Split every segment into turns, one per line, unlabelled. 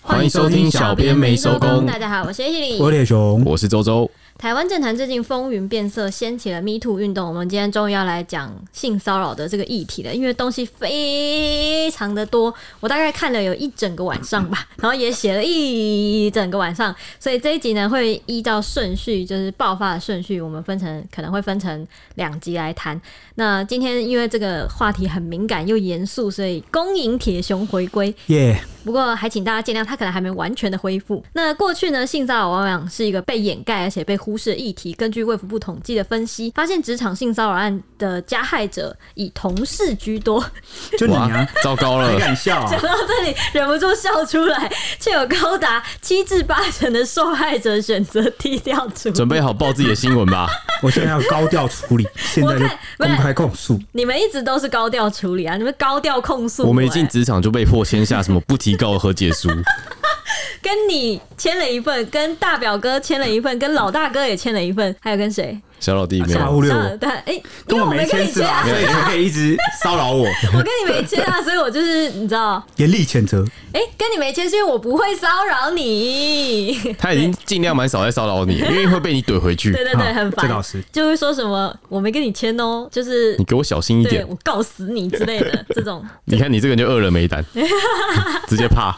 欢迎收听小编没收工
大家好，我是 Haley。
我铁熊，
我是周周，
台湾政坛最近风云变色，掀起了 Me Too 运动。我们今天终于要来讲性骚扰的这个议题了，因为东西非常的多，我大概看了有一整个晚上 吧，然后也写了一整个晚上，所以这一集呢会依照顺序，就是爆发的顺序，我们分成可能会分成两集来谈。那今天因为这个话题很敏感又严肃，所以恭迎铁熊回归。
耶、
不过还请大家见谅，他可能还没完全的恢复。那过去呢，啊性骚扰往往是一个被掩盖而且被忽视的议题。根据卫福部统计的分析，发现职场性骚扰案的加害者以同事居多。
就你啊，，
糟糕
还
了，
敢笑、啊
讲？到这里，忍不住笑出来，却有高达七至八成的受害者选择低调处理。
准备好报自己的新闻吧。
我现在要高调处 理，现在就公开控诉。
你们一直都是高调处理啊，你们高调控诉、
我们一
欸
进职场就被迫签下什么不提告和解书，
跟你签了一份，跟大表哥签了一份，跟老大哥也签了一份，还有跟谁？
小老弟没
他
有。
忽略
啊
我，
但哎、因
跟
为
我
我
没
没跟
签
你
字
签啊
啊，，所以才可以一直骚扰我，
我跟你没签啊，所以我就是你知道，
严厉谴责。
哎、跟你没签是因为我不会骚扰你。
他已经尽量蛮少在骚扰你，因为会被你怼回去
对。对对，
好
很烦，
这倒是
就会说什么我没跟你签哦，就是
你给我小心一
对
点！
我告死你之类的这种
你看你这个人就恶人没胆，直接怕。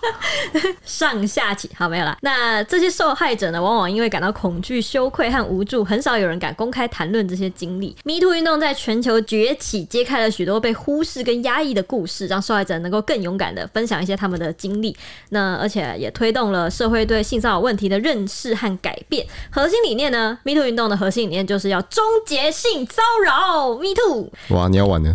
上下级好没有啦。那这些受害者呢，往往因为感到恐惧、羞愧和无助，很少有人敢公开谈论这些经历。Me Too 运动在全球崛起，揭开了许多被忽视跟压抑的故事，让受害者能够更勇敢的分享一些他们的经历。那而且也推动了社会对性骚扰问题的认识和改变。核心理念呢，Me Too 运动的核心理念就是要终结性骚扰。Me Too。
哇，你要完了！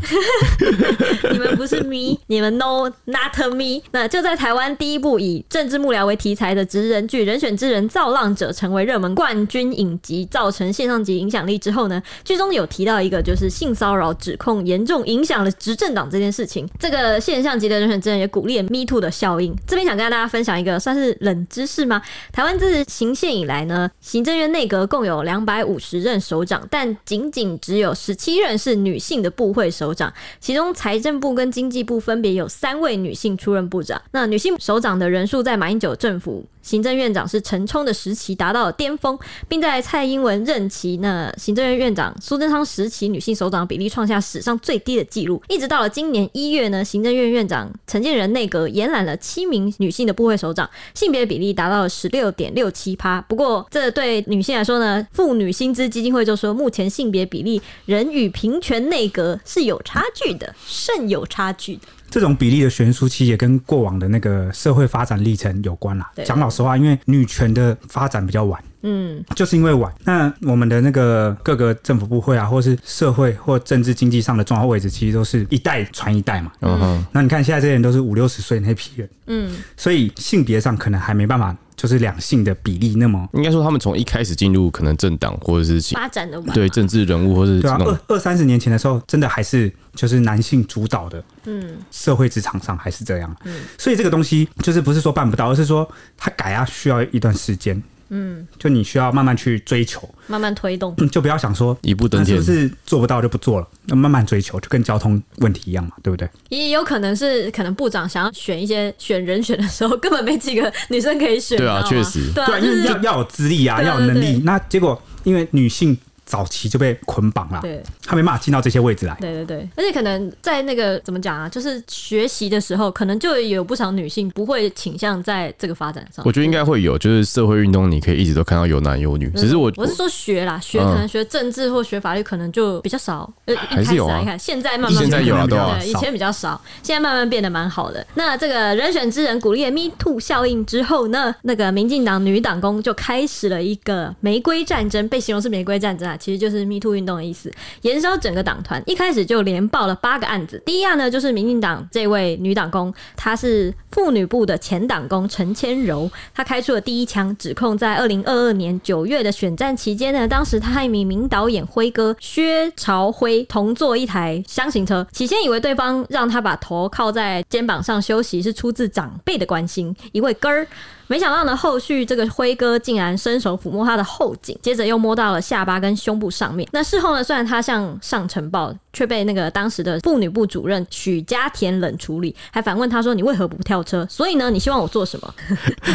你们不是 me，你们 no not me。那就在台湾第一部以政治幕僚为题材的职人剧《人选之人造浪者》成为热门冠军影集，造成线上级影响力之后呢，剧中有提到一个就是性骚扰指控严重影响了执政党这件事情。这个现象级的人选之人也鼓励了 me too 的效应。这边想跟大家分享一个算是冷知识吗？台湾自行宪以来呢，行政院内阁共有两百五十任首长，但仅仅只有十七任是女性的部会首长，其中财政部跟经济部分别有三位女性出任部长。那女性首长的人数在马英九政府行政院长是陈冲的时期达到了巅峰，并在蔡英文任期那行政院院长苏贞昌时期女性首长比例创下史上最低的记录。一直到了今年一月呢，行政院院长陈建仁内阁延揽了七名女性的部会首长，性别比例达到了十六点六七趴。不过，这对女性来说呢，妇女薪资基金会就说，目前性别比例仍与平权内阁是有差距的，甚有差距的。
这种比例的悬殊，其实也跟过往的那个社会发展历程有关啦
对。
讲老实话，因为女权的发展比较晚，
嗯，
就是因为晚。那我们的那个各个政府部会啊，或是社会或政治经济上的重要位置，其实都是一代传一代嘛。
嗯哼，
那你看现在这些人都是五六十岁那批人，
嗯，
所以性别上可能还没办法，就是两性的比例那么
应该说他们从一开始进入可能政党或者 是其
发展的晚。
对政治人物或是这
对啊，
种
二二三十年前的时候，真的还是就是男性主导的，嗯，社会职场上还是这样，嗯，所以这个东西就是不是说办不到，而是说它改啊需要一段时间，嗯，就你需要慢慢去追求，
慢慢推动。
就不要想说
一步登
那是
天
不。是做不到就不做了，那慢慢追求，就跟交通问题一样嘛，对不对？
也有可能是可能部长想要选一些选人选的时候，根本没几个女生可以选。
对啊
你知道吗
确实
对
对啊，
啊，就
因为
是
要要有资历啊，
对啊
要有能
对对
力，那结果因为女性早期就被捆绑了，
对
她没办法进到这些位置来，
对对对，而且可能在那个怎么讲啊，就是学习的时候，可能就有不少女性不会倾向在这个发展上
我。觉得应该会有，就是社会运动，你可以一直都看到有男有女。只是我嗯
我是说学啦，学可能学政治或学法律，可能就比较少。呃，一开
还
始
是有啊
你看现在慢慢
现在有啊
对啊
对，以前比较少，现在慢慢变得蛮好的。那这个人选之人鼓励了 Me Too 效应之后呢，那个民进党女党工就开始了一个玫瑰战争，被形容是玫瑰战争啊，其实就是 Me Too 运动的意思，燃烧整个党团。一开始就连报了八个案子，第一案呢就是民进党这位女党工，她是妇女部的前党工陈千柔，她开出了第一枪，指控在二零二二年九月的选战期间呢，当时她和一名名导演辉哥薛朝辉同坐一台箱型车，起先以为对方让他把头靠在肩膀上休息是出自长辈的关心，一位哥儿。没想到呢，后续这个辉哥竟然伸手抚摸他的后颈，接着又摸到了下巴跟胸部上面。那事后呢，虽然他向上呈报，却被那个当时的妇女部主任许家田冷处理，还反问他说：“你为何不跳车？所以呢，你希望我做什 么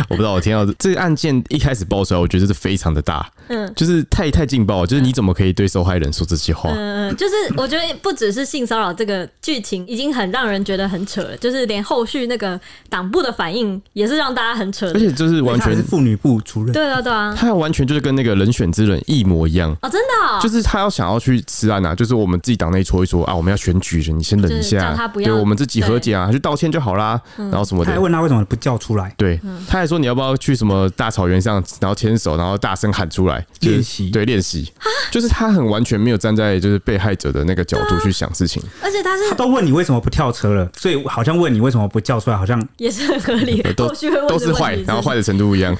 我不知道，我听到这个案件一开始爆出来，我觉得是非常的大，嗯，就是太太劲爆了，就是你怎么可以对受害人说这些话？”？
嗯、就是我觉得不只是性骚扰这个剧情已经很让人觉得很扯了，就是连后续那个党部的反应也是让大家很扯
而
的。
且就是完
他还
全
是，妇女部主任，
对啊，对啊，
他完全就是跟那个人选之人一模一样。
哦，真的、哦，
就是他要想要去吃案啊，就是我们自己党内戳一戳啊，我们要选举，你先忍一
就是叫
下
他，不要嗯
对，我们自己和解啊，他去道歉就好啦，然后什么
他还
的。
问他为什么不叫出来，
对，他还说你要不要去什么大草原上，然后牵手，然后大声喊出来就是
练习
对练习，
啊
就是他很完全没有站在就是被害者的那个角
啊
度去想事情，
而且他是
他都问你为什么不跳车了，所以好像问你为什么不叫出来，好像
嗯
也是很合理，
都
后续会问
都
这个问
是坏
题，
然
是
后
不是
坏的程度不一 样。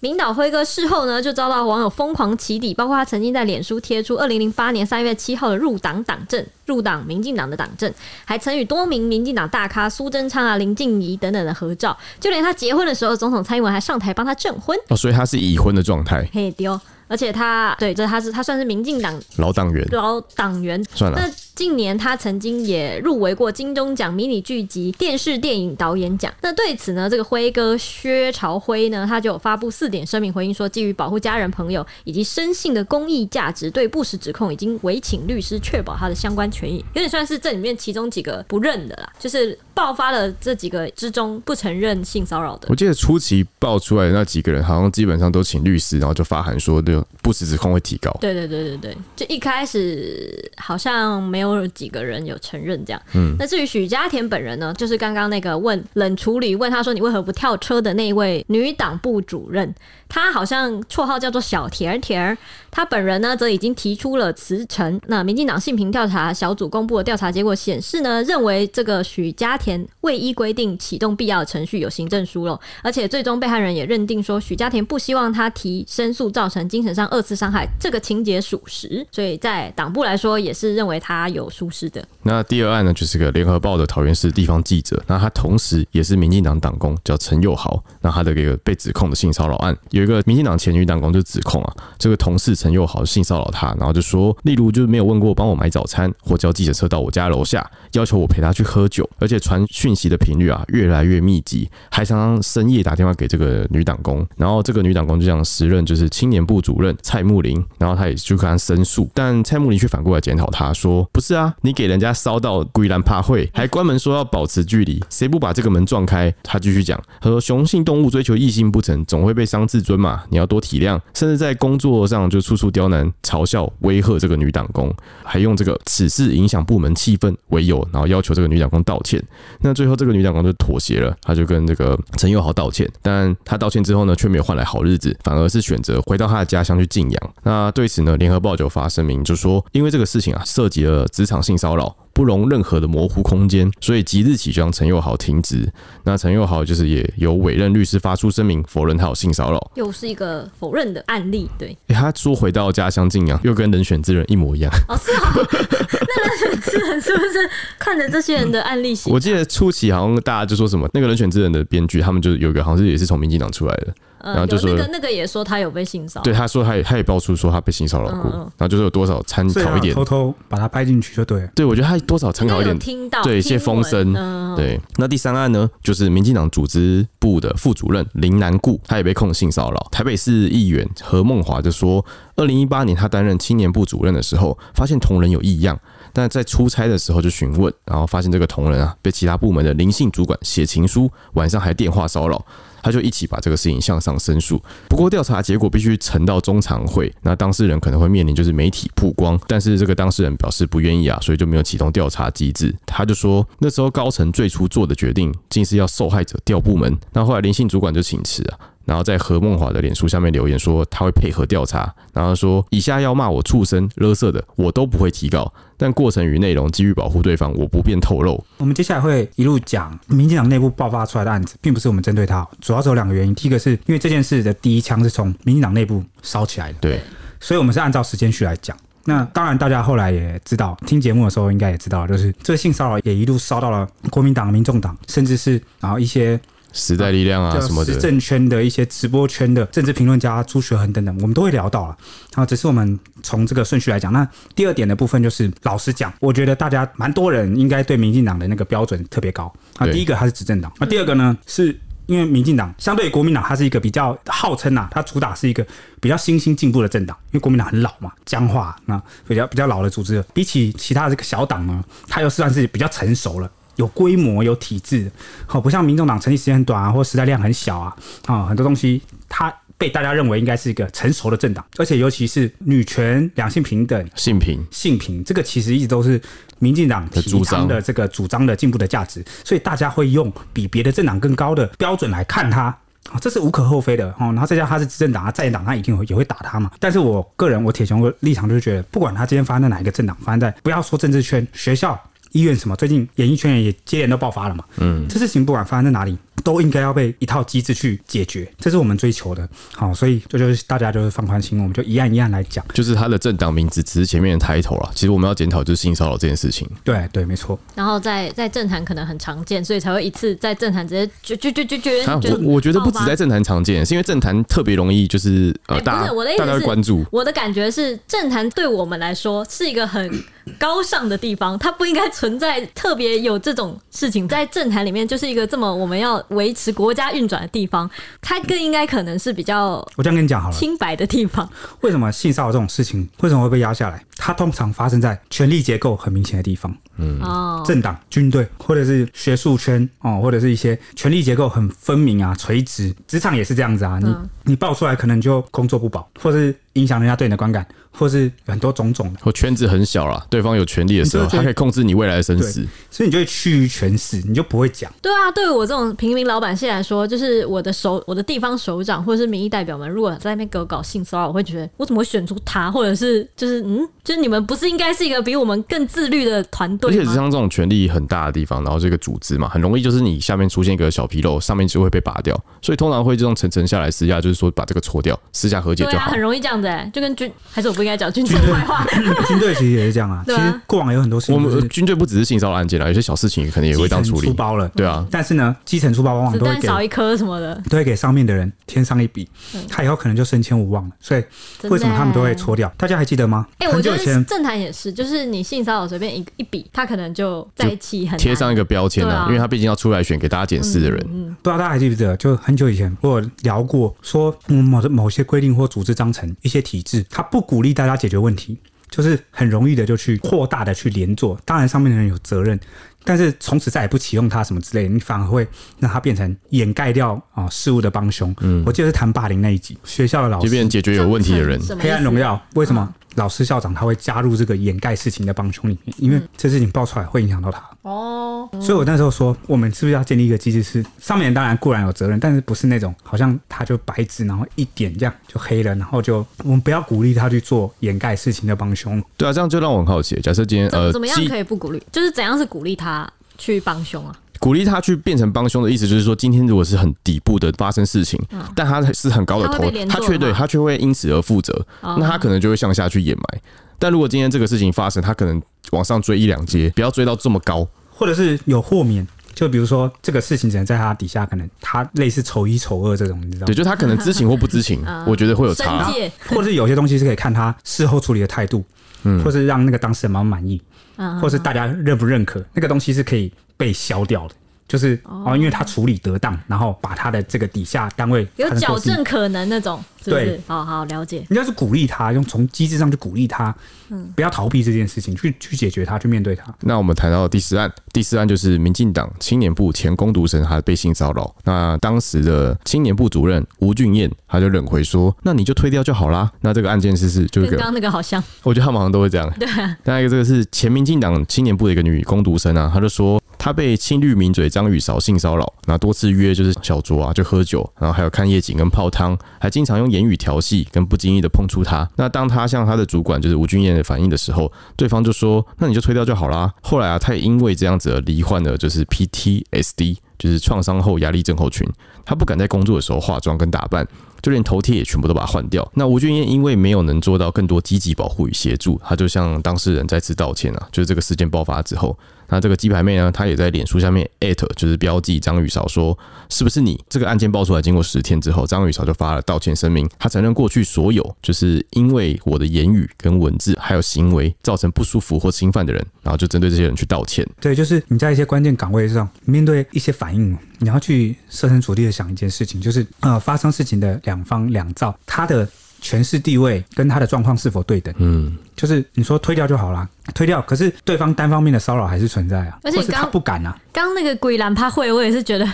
领导辉哥事后呢，就遭到网友疯狂起底，包括他曾经在脸书贴出二零零八年三月七号的入党党证、入党民进党的党证，还曾与多名民进党大咖苏贞昌啊、林静怡等等的合照，就连他结婚的时候，总统蔡英文还上台帮他证婚，
哦，所以他是已婚的状态，
嘿丢。而且他对这他是他算是民进党
老党员
老党员。
算
那
了，
近年他曾经也入围过金钟奖迷你剧集电视电影导演奖。那对此呢，这个辉哥薛朝辉呢，他就有发布四点声明回应说，基于保护家人朋友以及生性的公益价值，对不实指控已经委请律师确保他的相关权益，有点算是这里面其中几个不认的啦，就是爆发了这几个之中不承认性骚扰的
我。记得初期爆出来的那几个人，好像基本上都请律师，然后就发函说这个不实指控会提高。
对对对对对，就一开始好像没有几个人有承认这样。嗯，那至于许家田本人呢，就是刚刚那个问冷处理问他说你为何不跳车的那一位女党部主任，她好像绰号叫做小甜甜儿，她本人呢则已经提出了辞呈。那民进党性平调查小组公布的调查结果显示呢，认为这个许家田未依规定启动必要的程序有行政疏漏，而且最终被害人也认定说，许家田不希望他提申诉造成精神上二次伤害，这个情节属实，所以在党部来说也是认为他有疏失的。
那第二案呢，就是个联合报的桃园市地方记者，那他同时也是民进党党工，叫陈佑豪。那他的这个被指控的性骚扰案，有一个民进党前女党工就指控啊，这个同事陈佑豪性骚扰他，然后就说，例如就是没有问过帮我买早餐，或叫记者车到我家楼下，要求我陪他去喝酒，而且传讯息的频率啊越来越密集，还常常深夜打电话给这个女党工，然后这个女党工就这样时任就是青年部主任蔡木林，然后他也去跟他申诉，但蔡木林却反过来检讨他说：“不是啊，你给人家烧到鬼兰怕会，还关门说要保持距离，谁不把这个门撞开？”他继续讲，他说：“雄性动物追求异性不成，总会被伤自尊嘛，你要多体谅，甚至在工作上就处处刁难、嘲笑、威吓这个女党工，还用这个此事影响部门气氛为由，然后要求这个女党工道歉。那最后这个女党工就妥协了，她就跟这个陈友豪道歉，但她道歉之后呢，却没有换来好日子，反而是选择回到她的家乡去静养。那对此呢，联合报就发声明，就说因为这个事情啊，涉及了职场性骚扰。不容任何的模糊空间，所以即日起就让陈佑豪停职。那陈佑豪就是也有委任律师发出声明，否认他有性骚扰。
又是一个否认的案例，对，
诶 他说回到家乡静养，又跟人选之人一模一样。
哦，是哦， 那人是 很是不是看着这些人的案例写？
我记得初期好像大家就说什么那个人选之人的编剧，他们就有一个好像是也是从民进党出来的，
呃
然后就
有那
说
个那个也说他有被性骚扰，
对，他说他也他也爆出说他被性骚扰过，
嗯嗯
然后就是有多少参
所以
考一
他
点
偷，偷把他拍进去就对了。
对我觉得他多少参
应该
考一
有
点。
听到
对一些
听
风
闻
声
嗯，
对，那第三案呢，就是民进党组织部的副主任林南固，他也被控性骚扰。台北市议员何梦华就说，二零一八年他担任青年部主任的时候，发现同仁有异样，但在出差的时候就询问，然后发现这个同仁啊被其他部门的林姓主管写情书，晚上还电话骚扰，他就一起把这个事情向上申诉。不过调查结果必须呈到中常会，那当事人可能会面临就是媒体曝光，但是这个当事人表示不愿意啊，所以就没有启动调查机制。他就说那时候高层最初做的决定，竟是要受害者调部门。那后来林姓主管就请辞啊。然后在何梦华的脸书下面留言说他会配合调查，然后说以下要骂我畜生、勒色的，我都不会提告，但过程与内容基于保护对方，我不便透露。
我们接下来会一路讲民进党内部爆发出来的案子，并不是我们针对他，哦主要是有两个原因。第一个是因为这件事的第一枪是从民进党内部烧起来的，
对，
所以我们是按照时间序来讲。那当然，大家后来也知道，听节目的时候应该也知道，就是这个性骚扰也一路烧到了国民党、民众党，甚至是然后一些
时代力量啊
对
什么
时
的，
政圈的一些直播圈的政治评论家朱学恒等等，我们都会聊到了。然后只是我们从这个顺序来讲，那第二点的部分就是，老实讲，我觉得大家蛮多人应该对民进党的那个标准特别高啊。
对
第一个它是执政党，那第二个呢是。因为民进党相对于国民党，它是一个比较号称啊，它主打是一个比较新兴进步的政党。因为国民党很老嘛，僵化，那比较比较老的组织了，比起其他的这个小党呢，它又算是比较成熟了。有规模、有体制的，好、不像民众党成立时间很短啊，或时代量很小啊，啊、很多东西它被大家认为应该是一个成熟的政党，而且尤其是女权、两性平等、
性平
性平，这个其实一直都是民进党
的
提倡的这个主张的进步的价值，所以大家会用比别的政党更高的标准来看它。啊这是无可厚非的哦，然后再加上他是执政党，他在野党他一定会也会打他嘛。但是我个人，我铁熊的立场就是觉得，不管他今天发生在哪一个政党，发生在不要说政治圈、学校、医院什么，最近演艺圈也接连都爆发了嘛。嗯，这事情不管发生在哪里，都应该要被一套机制去解决，这是我们追求的。好、所以这就是大家就是放宽心，我们就一案一案来讲。
就是他的政党名字只是前面的抬头啦。其实我们要检讨就是性骚扰这件事情，
对对，没错。
然后在在政坛可能很常见，所以才会一次在政坛直接就就就就就
他
就
我我觉得不止
爆发
在政坛常见，是因为政坛特别容易就是
哎
呃
不是
大家
我的意思
大家会
是
关注，
我的感觉是，政坛对我们来说是一个很高尚的地方，它不应该存在特别有这种事情在政坛里面，就是一个这么我们要维持国家运转的地方，它更应该可能是比较
我这样跟你讲好了，
清白的地方。
为什么性骚扰这种事情为什么会被压下来？它通常发生在权力结构很明显的地方，
嗯
哦，
政党、军队或者是学术圈哦，或者是一些权力结构很分明啊、垂直。职场也是这样子啊，你、
嗯
你爆出来可能就工作不保，或是影响人家对你的观感，或是很多种种的，
或圈子很小啦，对方有权利的时候，
你就
他
会觉得
可以控制你未来的生死。
所以你就会趋于权势，你就不 会讲。
对啊，对于我这种平民老百姓来说，就是我的首我的地方首长或者是民意代表们，如果在那边给我搞性骚扰，我会觉得我怎么会选出他，或者是就是嗯，就是你们不是应该是一个比我们更自律的团
而
队
且
吗？
像这种权力很大的地方，然后这个组织嘛，很容易就是你下面出现一个小纰漏，上面就会被拔掉，所以通常会这种层层下来私下，就是说把这个搓掉，私下和解
对
就
啊，
好
很。容易这样子哎、就跟军还是我不应该讲军中坏话，
军队其实也是这样啊，其
对啊
实过往有很多事
我
情都
们
是
军队不只是性骚扰案件啊啦，有些小事情可能也会
基
这样
层
处
出
理。
包了，
对啊，
但是呢，基层出包往往
子
都会
弹
给
少一嗯颗什么的，
都会给上面的人添上一笔，他以后可能就升迁无望了。所以
真的
为什么他们都会搓掉？大家还记得吗？
哎、我
很
觉
久以
得
前，
政坛也是，就是你性骚扰随便一一笔，他可能就在一起很难
贴上一个标签
对啊嗯
啊，因为他毕竟要出来选给大家检视的人，
不啊知道大家还记不记得？就很久以前我有聊过，说我们某某些规定或组织章程、一些体制，它不鼓励大家解决问题，就是很容易的就去扩大的去连坐。当然，上面的人有责任。但是从此再也不启用它什么之类的，你反而会让它变成掩盖掉啊、事物的帮凶。我记得是谈霸凌那一集，学校的老
就
师
变成解决有问题的人。
什么意思
黑暗荣耀为什么老师校长他会加入这个掩盖事情的帮凶里面？因为
嗯
这事情爆出来会影响到他，
哦，
所以我那时候说，我们是不是要建立一个机制是，上面人当然固然有责任，但是不是那种好像他就白纸，然后一点这样就黑了，然后就我们不要鼓励他去做掩盖事情的帮凶。
对啊，这样就让我很好奇。假设今天呃
怎怎么，样
基
可以不鼓励？就是怎样是鼓励他去帮凶啊？
鼓励他去变成帮凶的意思，就是说今天如果是很底部的发生事情，但他是很高的
嗯他会被，
头
连
他
坐
却对
吗
他却会因此而负责，
哦
那他可能就会向下去掩埋。但如果今天这个事情发生，他可能往上追一两阶，不要追到这么高。
或者是有豁免，就比如说这个事情只能在他底下，可能他类似丑一丑二这种，你知道
嗯
对，
吗？
就他可能知情或不 知情，我觉得会有
申
差。
诫，
或者是有些东西是可以看他事后处理的态度，嗯，或是让那个当事人满不满意，
嗯
或是大家认不认可，那个东西是可以被消掉的。就是哦，因为他处理得当，然后把他的这个底下单位
有
他的
矫
过失
正可能那种，是不是
对？
好好了解。
应该是鼓励他，用从机制上去鼓励他，
嗯
不要逃避这件事情，去去解决它，去面对它。
那我们谈到第四案，第四案就是民进党青年部前攻读生他被性骚扰，那当时的青年部主任吴俊彦他就忍回说，那你就推掉就好啦。那这个案件是是就
跟
是个
刚刚那个好像，
我觉得他们好像都会这样。对、另外一个这个是前民进党青年部的一个女工读生啊，她就说她被青绿名嘴张雨韶性骚扰，然后多次约就是小酌啊，就喝酒，然后还有看夜景跟泡汤，还经常用言语调戏跟不经意的碰触她。那当她向她的主管就是吴俊彦的反映的时候，对方就说那你就推掉就好啦。后来啊，她也因为这样子而罹患了就是 PTSD。就是创伤后压力症候群，她不敢在工作的时候化妆跟打扮，就连头贴也全部都把它换掉。那吴俊彦因为没有能做到更多积极保护与协助，他就向当事人再次道歉啊，就是这个事件爆发之后。那这个鸡排妹呢，她也在脸书下面艾特，就是标记张雨韶说，是不是你这个案件爆出来，经过十天之后，张雨韶就发了道歉声明，她承认过去所有就是因为我的言语跟文字还有行为造成不舒服或侵犯的人，然后就针对这些人去道歉。
对，就是你在一些关键岗位上，面对一些反应，你要去设身处地的想一件事情，就是呃，发生事情的两方两造，他的权势地位跟他的状况是否对等，
嗯，
就是你说推掉就好啦，推掉，可是对方单方面的骚扰还是存在啊，
而且
或是他
刚
不敢啊，
刚那个鬼兰趴会，我也是觉得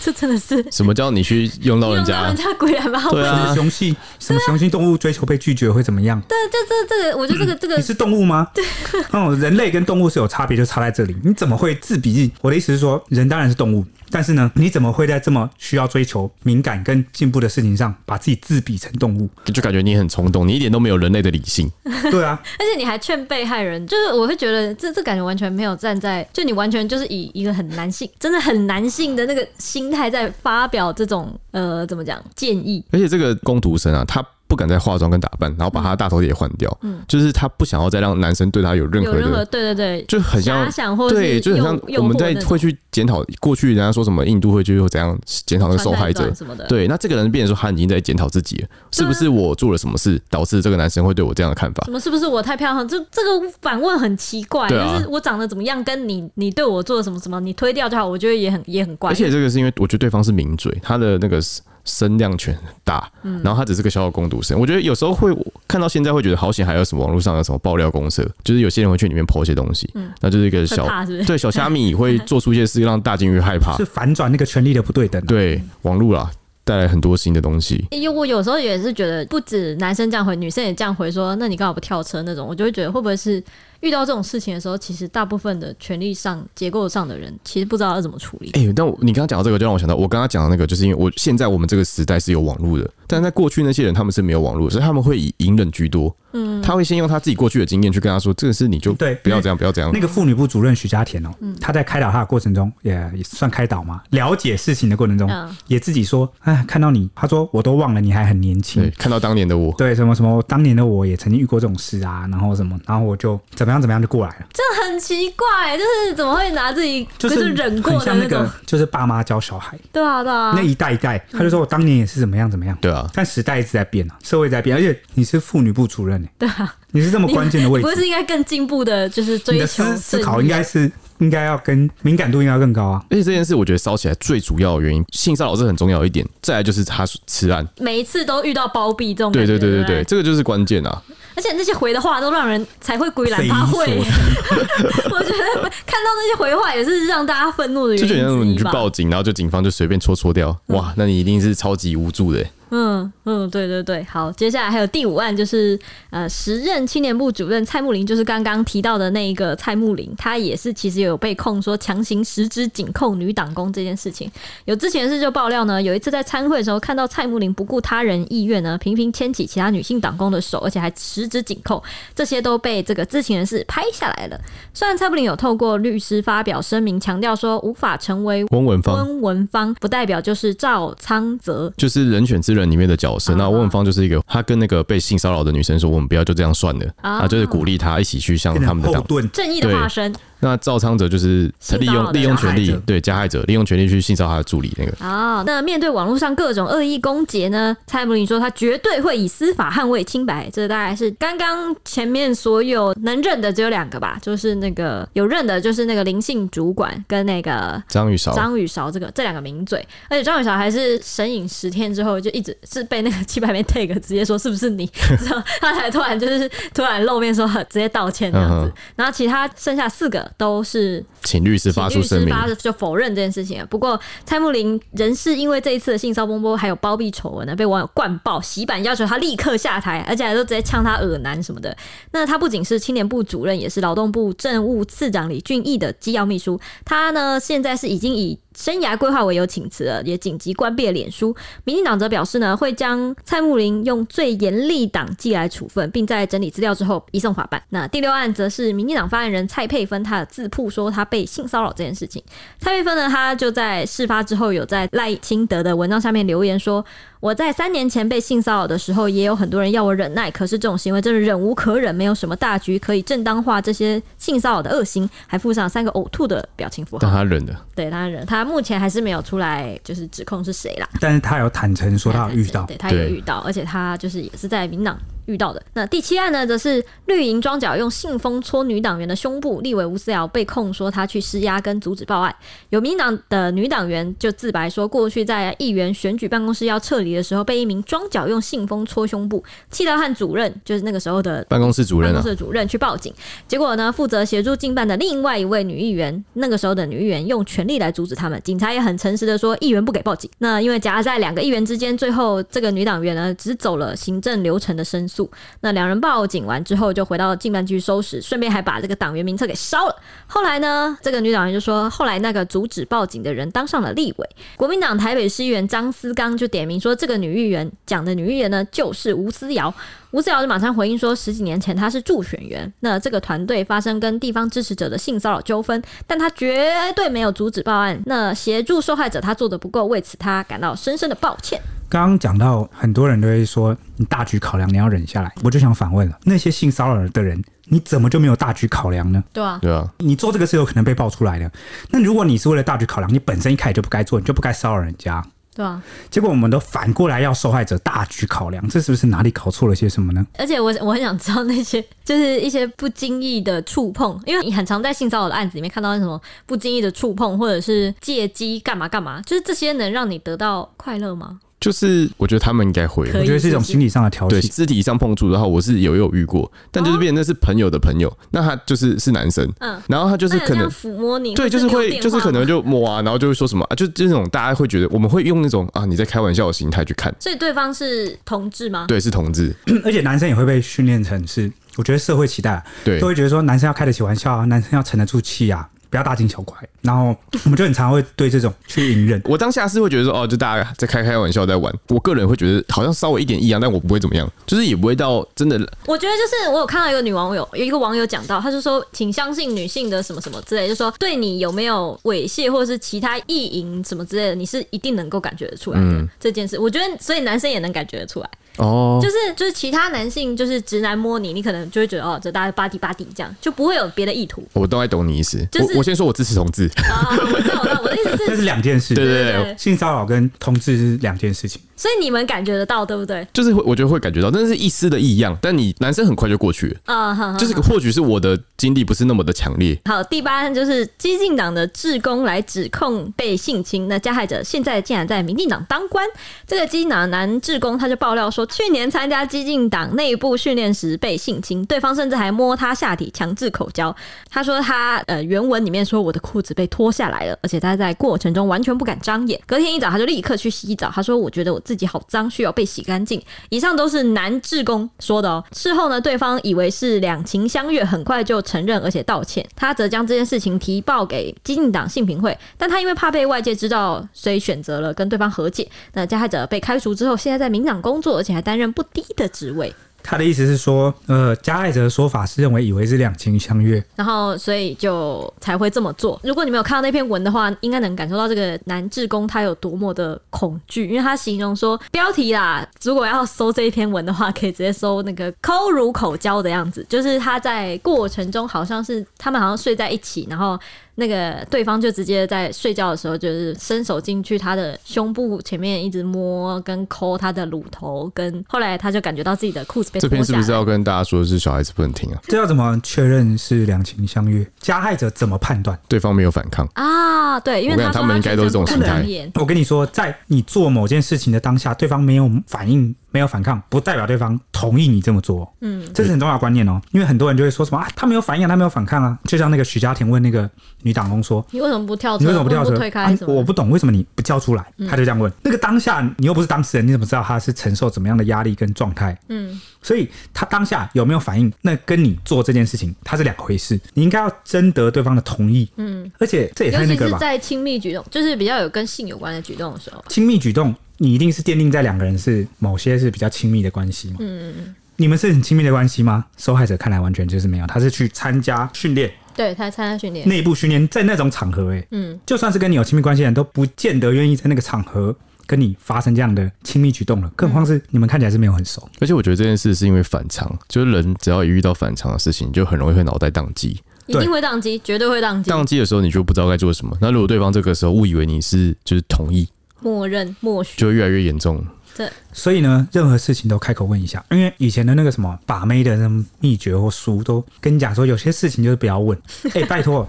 这真的是
什么叫你去用到人
用到
家
人？家鬼兰趴会，
对啊
雄性什么雄性动物追求被拒绝会怎么样？
但这这这个，我觉得这 个这个
你是动物吗？对，哦，人类跟动物是有差别，就差在这里。你怎么会自比自己？我的意思是说，人当然是动物，但是呢，你怎么会在这么需要追求敏感跟进步的事情上，把自己自比成动物？
就感觉你很冲动，你一点都没有人类的理性。
对啊，
而且你还劝被害人，就是我会觉得这这感觉完全没有站在，就你完全就是以一个很男性，真的很男性的那个心态在发表这种呃怎么讲建议，
而且这个工读生啊，他不敢再化妆跟打扮，然后把他的大头贴也换掉，就是他不想要再让男生对他有任
嗯有
何
任何
的，
对对对，
就很像
遐想或者
对，就很像我们在会去检讨过去人家说什么印度会去怎样检讨那个受害者。
什么的，啊
对，那这个人变成说他已经在检讨自己了，是不是我做了什么事导致这个男生会对我这样的看法
什？么是不是我太漂亮？这这个反问很奇怪，
对啊
就是我长得怎么样，跟你你对我做了什么什么，你推掉就好，我觉得也很也很怪。
而且这个是因为我觉得对方是名嘴，他的那个声量权很大，然后他只是个小小攻读生。我觉得有时候会看到现在会觉得好险，还有什么网络上有什么爆料公社，就是有些人会去里面剖一些东西，那就是一个
会
小
怕是不是
对小虾米会做出一些事让大金鱼害怕
是，反转那个权力的不对等、啊。
对网络啦带来很多新的东西。
因为我有时候也是觉得，不止男生这样回，女生也这样回说，那你干嘛不跳车那种？我就会觉得，会不会是遇到这种事情的时候，其实大部分的权力上、结构上的人，其实不知道要怎么处理。
哎、但我你刚刚讲到这个，就让我想到我刚刚讲的那个，就是因为我现在我们这个时代是有网络的，但在过去那些人他们是没有网络的，所以他们会以隐忍居多。嗯，他会先用他自己过去的经验去跟他说，这个是你就
对
不要这样，不要这样
那。个妇女部主任徐家田哦，他在开导他的过程中，也也算开导嘛，了解事情的过程中，
嗯
也自己说，哎，看到你，他说我都忘了你还很年轻
对，，嗯看到当年的我，
对，什么什么，当年的我也曾经遇过这种事啊，然后什么，然后我就怎么样怎么样就过来了。
这很奇怪，就是怎么会拿自己
就
就是忍过
很
的
像那
那种？
个，就是爸妈教小孩、
对啊，对啊
那，一代一代，他就说我当年也是怎么样怎么样。
对啊，
但时代一直在变啊，社会在变，而且你是妇女部主任、欸，
对啊，
你是这么
你
关键的位
你不
置，
是应该更进步的，就是
你
追
的
求
思思考
正义
应该是应该要跟敏感度应该要更高啊。
而且这件事我觉得烧起来最主要的原因，性骚扰是很重要的一点，再来就是他吃案，
每一次都遇到包庇这种感
对
觉，
对对
对
对
不
对，这个就是关键啊。
而且那些回的话都让人才会归
匪
兰
夷
他
所
会。
思，
我觉得看到那些回话也是让大家愤怒的原因
就觉
之
得你
一
去
吧。
报警，然后就警方就随便戳戳掉，哇，那你一定是超级无助的欸。
嗯嗯，对对对，好，接下来还有第五案，就是呃，时任青年部主任蔡木林，就是刚刚提到的那一个蔡木林，他也是其实有被控说强行十指紧扣女党工这件事情。有之前的事就爆料呢，有一次在参会的时候看到蔡木林不顾他人意愿呢，频频牵起其他女性党工的手，而且还十指紧扣，这些都被这个知情人士拍下来了。虽然蔡木林有透过律师发表声明，强调说无法成为
翁文芳
温文芳，不代表就是赵昌泽
就是《人选之人》里面的角色，
啊
那翁文芳就是一个，他跟那个被性骚扰的女生说，我们不要就这样算了，
啊
啊，就是鼓励她一起去向
变
他
成
们的
后
党。
盾。
正义的化身
那赵昌哲就是他利
性骚扰
用
的
利用权
加
力
害者，
对加害者利用权力去性骚扰他的助理那个。
啊、那面对网络上各种恶意攻讦呢，蔡姆林说他绝对会以司法捍卫清白。这大概是刚刚前面所有能认的只有两个吧，就是那个有认的，就是那个林姓主管跟那个
张玉韶，
张雨韶这个这两个名嘴，而且张雨韶还是神隐十天之后就一直是被那个七百面 take 直接说是不是你， 之后他才突然就是突然露面说呵直接道歉这样子。
嗯哼
然后其他剩下四个都是
请律师发出声
律
明
师，发就否认这件事情了。不过蔡穆林仍是因为这一次的性骚风波还有包庇丑闻呢，被网友灌爆洗版，要求他立刻下台，而且还都直接呛他耳男什么的。那他不仅是青年部主任，也是劳动部政务次长李俊毅的机要秘书。他呢现在是已经以生涯规划为由请辞了，也紧急关闭了脸书。民进党则表示呢，会将蔡穆林用最严厉党纪来处分，并在整理资料之后移送法办。那第六案则是民进党发言人蔡佩芬，他他的自曝说他被性骚扰这件事情。蔡玉芬呢，她就在事发之后有在赖清德的文章下面留言说：“我在三年前被性骚扰的时候，也有很多人要我忍耐，可是这种行为真的忍无可忍，没有什么大局可以正当化这些性骚扰的恶行。”还附上三个呕吐的表情符
但
号。
他忍的，
对，他忍，他目前还是没有出来就是指控是谁啦。
但是他有坦诚说他有遇到
对，他也
对
遇到，而且他就是也是在民党遇到的。那第七案呢，则是绿营庄脚用信封戳女党员的胸部，立委吴思瑶被控说他去施压跟阻止报案。有民党的女党员就自白说，过去在议员选举办公室要撤离的时候，被一名庄脚用信封戳胸部，气到和主任，就是那个时候的
办公室主
办
任
公
啊
室，的主任去报警，结果呢，负责协助进办的另外一位女议员，那个时候的女议员用权力来阻止他们，警察也很诚实的说，议员不给报警。那因为夹在两个议员之间，最后这个女党员呢，只走了行政流程的申诉。那两人报警完之后，就回到进办局收拾，顺便还把这个党员名册给烧了。后来呢，这个女党员就说，后来那个阻止报警的人当上了立委。国民党台北市议员张思刚就点名说，这个女议员讲的女议员呢，就是吴思瑶。吴思瑶就马上回应说，十几年前她是助选员，那这个团队发生跟地方支持者的性骚扰纠纷，但她绝对没有阻止报案，那协助受害者她做的不够，为此她感到深深的抱歉。
刚刚讲到，很多人都会说你大局考量，你要忍下来。我就想反问了，那些性骚扰的人，你怎么就没有大局考量呢？
对啊，
对啊，
你做这个是有可能被爆出来的。那如果你是为了大局考量，你本身一开始就不该做，你就不该骚扰人家。
对啊，
结果我们都反过来要受害者大局考量，这是不是哪里搞错了些什么呢？
而且我我很想知道那些就是一些不经意的触碰，因为你很常在性骚扰的案子里面看到那什么不经意的触碰，或者是借机干嘛干嘛，就是这些能让你得到快乐吗？
就是我觉得他们应该会
可以
我觉得是一种心理上的调
对
戏。
肢体上碰触的话，我是有有遇过，但就是变成那是朋友的朋友，那他就是是男生，
嗯，
然后他就是
那有
可
这样
能。
抚摸你，
对，
或
就是
留
会，
电
就是
话
可
吗
能就摸啊，然后就会说什么啊，就这种大家会觉得，我们会用那种啊你在开玩笑的心态去看，
所以对方是同志吗？
对，是同志，
而且男生也会被训练成是，我觉得社会期待啊
对
都，会觉得说男生要开得起玩笑啊，男生要沉得住气啊，不要大惊小怪。然后我们就很常会对这种去隐忍。
我当下是会觉得说，哦，就大家在开开玩笑在玩，我个人会觉得好像稍微一点异样，但我不会怎么样，就是也不会到真的
我觉得就是我有看到一个女网友，有一个网友讲到，他就说，请相信女性的什么什么之类，就说对你有没有猥亵或者是其他意淫什么之类的，你是一定能够感觉得出来的、这件事。我觉得，所以男生也能感觉得出来，
哦
就，是就是其他男性就是直男摸你，你可能就会觉得哦，这大家巴迪巴迪这样，就不会有别的意图。
我大概懂你意思。
就是
我我先说我支持同 志，
啊、我知道，我知道，我的意思
那
是，
是两件事，
对对对
对
性骚扰跟同志是两件事情。
所以你们感觉得到，对不对？
就是会我觉得会感觉到，但是一丝的异样，但你男生很快就过去了，
啊、哈哈
就是或许是我的经历不是那么的强烈，
好，第八案就是激进党的志工来指控被性侵，那加害者现在竟然在民进党当官。这个激进党男志工他就爆料说，去年参加激进党内部训练时被性侵，对方甚至还摸他下体强制口交。他说他呃原文里面说我的裤子被脱下来了，而且他在过程中完全不敢张眼。隔天一早他就立刻去洗澡，他说我觉得我自己好脏，需要被洗干净。以上都是男志工说的哦。事后呢，对方以为是两情相悦，很快就承认而且道歉。他则将这件事情提报给激进党性平会，但他因为怕被外界知道，所以选择了跟对方和解。那加害者被开除之后，现在在民党工作，而且还担任不低的职位。
他的意思是说，呃，加害者的说法是认为以为是两情相悦，
然后所以就才会这么做。如果你没有看到那篇文的话，应该能感受到这个男志工他有多么的恐惧，因为他形容说标题啦，如果要搜这一篇文的话，可以直接搜那 个抠乳口交的样子，就是他在过程中好像是他们好像睡在一起，然后。那个对方就直接在睡觉的时候，就是伸手进去他的胸部前面，一直摸跟抠他的乳头，跟后来他就感觉到自己的裤子被
这
脱
篇是
下
不是
来。
要跟大家说，是小孩子不能听啊？
这要怎么确认是两情相悦？加害者怎么判断？
对方没有反抗，
啊，对，因为
我跟
他
你讲
说
他们应该都是这种
全程不
心态
敢演
我跟你说，在你做某件事情的当下，对方没有反应、没有反抗，不代表对方同意你这么做。嗯，这是很重要的观念哦。因为很多人就会说什么啊，他没有反应啊，他没有反抗啊。就像那个许家田问那个女党工说，
你为什么不跳车？
你为什么不跳
为什
车？
推开嗯什
啊我
么的？
不懂为什么你不叫出来。他就这样问。那个当下你又不是当事人，你怎么知道他是承受怎么样的压力跟状态？
嗯，
所以他当下有没有反应，那跟你做这件事情，它是两回事。你应该要征得对方的同意。嗯，而且这也
尤
太那
其
个
是
了吧？
在亲密举动，就是比较有跟性有关的举动的时候，
亲密举动，你一定是奠定在两个人是某些是比较亲密的关系嘛？嗯嗯嗯。你们是很亲密的关系吗？受害者看来完全就是没有，他是去参加训练，
对他参加训练，
内部训练在那种场合、欸，哎，
嗯，
就算是跟你有亲密关系的人都不见得愿意在那个场合跟你发生这样的亲密举动了，更何况是你们看起来是没有很熟。
而且我觉得这件事是因为反常，就是人只要一遇到反常的事情，就很容易会脑袋宕机。
一定会宕机，绝对会宕机，
宕机的时候，你就不知道该做什么。那如果对方这个时候误以为你是就是同意，
默认默许，
就会越来越严重。
这
所以呢，任何事情都开口问一下，因为以前的那个什么把妹的那种秘诀或书都跟你讲说，有些事情就是不要问。哎、拜 托，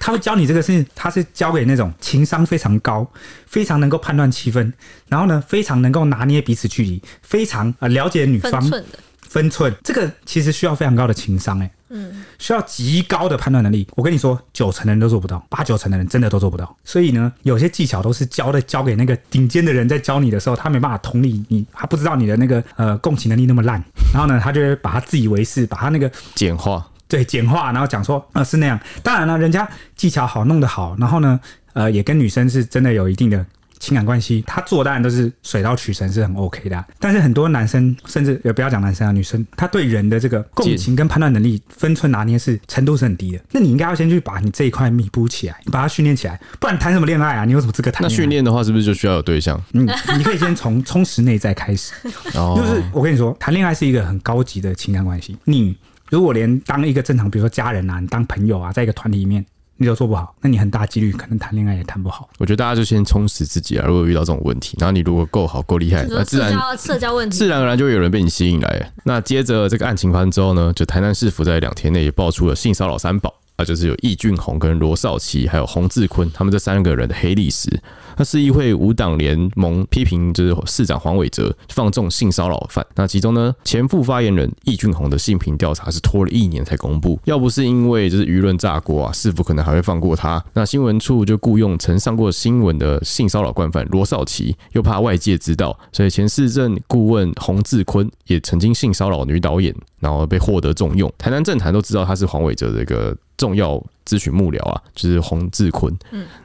他会教你这个是，他是教给那种情商非常高、非常能够判断气氛，然后呢，非常能够拿捏彼此距离，非常呃了解女
分
方
寸的，
分寸，这个其实需要非常高的情商、欸，哎，嗯，需要极高的判断能力。我跟你说，九成的人都做不到，八九成的人真的都做不到。所以呢，有些技巧都是教的，交给那个顶尖的人在教你的时候，他没办法同理你，他不知道你的那个呃共情能力那么烂，然后呢，他就会把他自以为是，把他那个
简化，
对简化，然后讲说啊、呃是那样。当然了，人家技巧好，弄得好，然后呢，呃，也跟女生是真的有一定的情感关系，他做当然都是水到渠成，是很 OK 的啊、但是很多男生，甚至也不要讲男生啊，女生，他对人的这个共情跟判断能力、分寸拿捏是程度是很低的。那你应该要先去把你这一块弥补起来，把它训练起来，不然谈什么恋爱啊？你有什么资格谈
那
恋爱？
训练的话，是不是就需要有对象？
嗯，你可以先从充实内在开始。
然后
就是我跟你说，谈恋爱是一个很高级的情感关系。你如果连当一个正常，比如说家人啊，你当朋友啊，在一个团体里面，你都做不好，那你很大几率可能谈恋爱也谈不好。
我觉得大家就先充实自己啊。如果遇到这种问题，然后你如果够好、够厉害，
就
那
说
哎自
社
然
交社交问题，
自然而然就会有人被你吸引来。那接着这个案情发生之后呢，就台南市府在两天内也爆出了性骚扰三宝啊，就是有易俊宏跟罗少奇还有洪志坤他们这三个人的黑历史。那市议会五党联盟批评就是市长黄伟哲放纵性骚扰犯。那其中呢，前副发言人易俊宏的性平调查是拖了一年才公布，要不是因为就是舆论炸锅啊，市府可能还会放过他。那新闻处就雇佣曾上过新闻的性骚扰惯犯罗少奇，又怕外界知道，所以前市政顾问洪志坤也曾经性骚扰女导演，然后被获得重用。台南政坛都知道他是黄伟哲的一个重要咨询幕僚啊，就是洪志坤。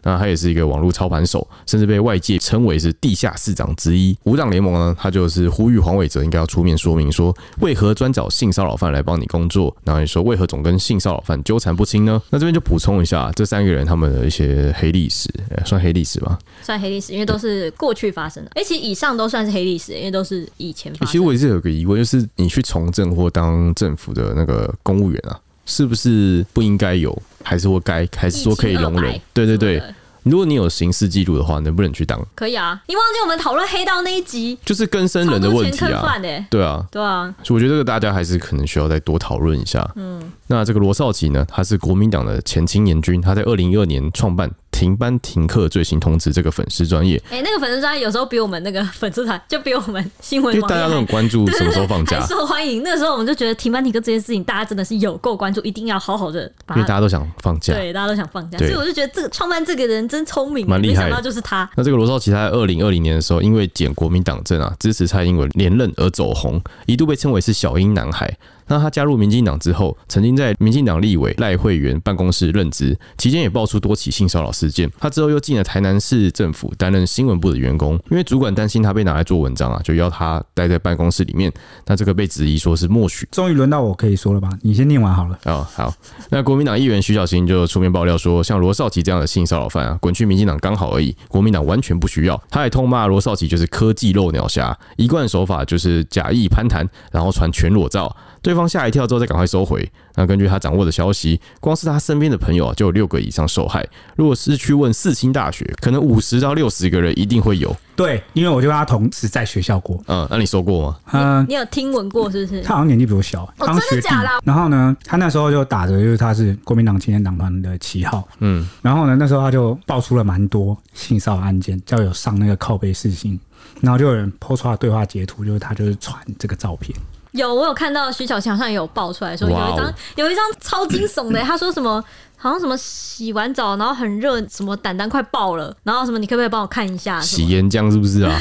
那他也是一个网络操盘手，甚至被外界称为是地下市长之一。五党联盟呢，他就是呼吁黄伟哲应该要出面说明说，为何专找性骚扰犯来帮你工作，然后你说为何总跟性骚扰犯纠缠不清呢？那这边就补充一下，这三个人他们的一些黑历史，呃算黑历史吧。
算黑历史，因为都是过去发生的，哎，其实以上都算是黑历史，因为都是以前发
欸其实
生的。
我一直有个疑问，就是你去从政或当政府的那个公务员啊，是不是不应该有，还是或该，还是说可以容
一
忍
清二白？
对对对
什么，的
如果你有刑事记录的话，能不能去当？
可以啊，你忘记我们讨论黑道那一集，
就是更生
超
人的
多
问
前
题
坑
啊
犯，的，
对啊，
对啊，
所以我觉得这个大家还是可能需要再多讨论一下。嗯，那这个罗少奇呢，他是国民党的前青年军，他在二零一二年创办停班停课罪行通知这个粉丝专业，
哎，那个粉丝专有时候比我们那个粉丝团就比我们新
因
闻
为大家
网
都
页
很关注什么时候放
还
假
还，受欢迎。那时候我们就觉得停班停课这件事情，大家真的是有够关注，一定要好好的把
因为大
它。
家都想放假。
对，大家都想放假，所
对
以我就觉得这个创办这个人真聪明，
蛮厉害的
没想到就是他。
那这个罗少奇他在二零二零年的时候，因为减国民党政啊，支持蔡英文连任而走红，一度被称为是小英男孩。那他加入民进党之后，曾经在民进党立委赖慧媛办公室任职，期间也爆出多起性骚扰事件。他之后又进了台南市政府担任新闻部的员工，因为主管担心他被拿来做文章啊，就要他待在办公室里面。那这个被质疑说是默许
终于轮到我可以说了吧？你先念完好了。
哦，好。那国民党议员徐小新就出面爆料说，像罗少奇这样的性骚扰犯啊，滚去民进党刚好而已，国民党完全不需要。他还痛骂罗少奇就是科技漏鸟侠，一贯手法就是假意攀谈，然后传全裸照，对方吓一跳之后再赶快收回。那根据他掌握的消息，光是他身边的朋友啊，就有六个以上受害。如果是去问四清大学，可能五十到六十个人一定会有。
对，因为我就跟他同时在学校过，
嗯，那你收过吗？
啊
嗯、
你有听闻过是不是？
他好像年纪比我小，
哦
他好像学
真的
弟
假的啊。
然后呢，他那时候就打着就是他是国民党青年党团的旗号，嗯，然后呢，那时候他就爆出了蛮多性骚扰案件，叫有上那个靠背视信，然后就有人抛出他的对话截图，就是他就是传这个照片，
有，我有看到徐小强好像有爆出来说有
哇哦
一张有一张超惊悚的，他说什么好像什么洗完澡然后很热，什么胆胆快爆了，然后什么你可不可以帮我看一下？什么
洗岩浆是不是啊？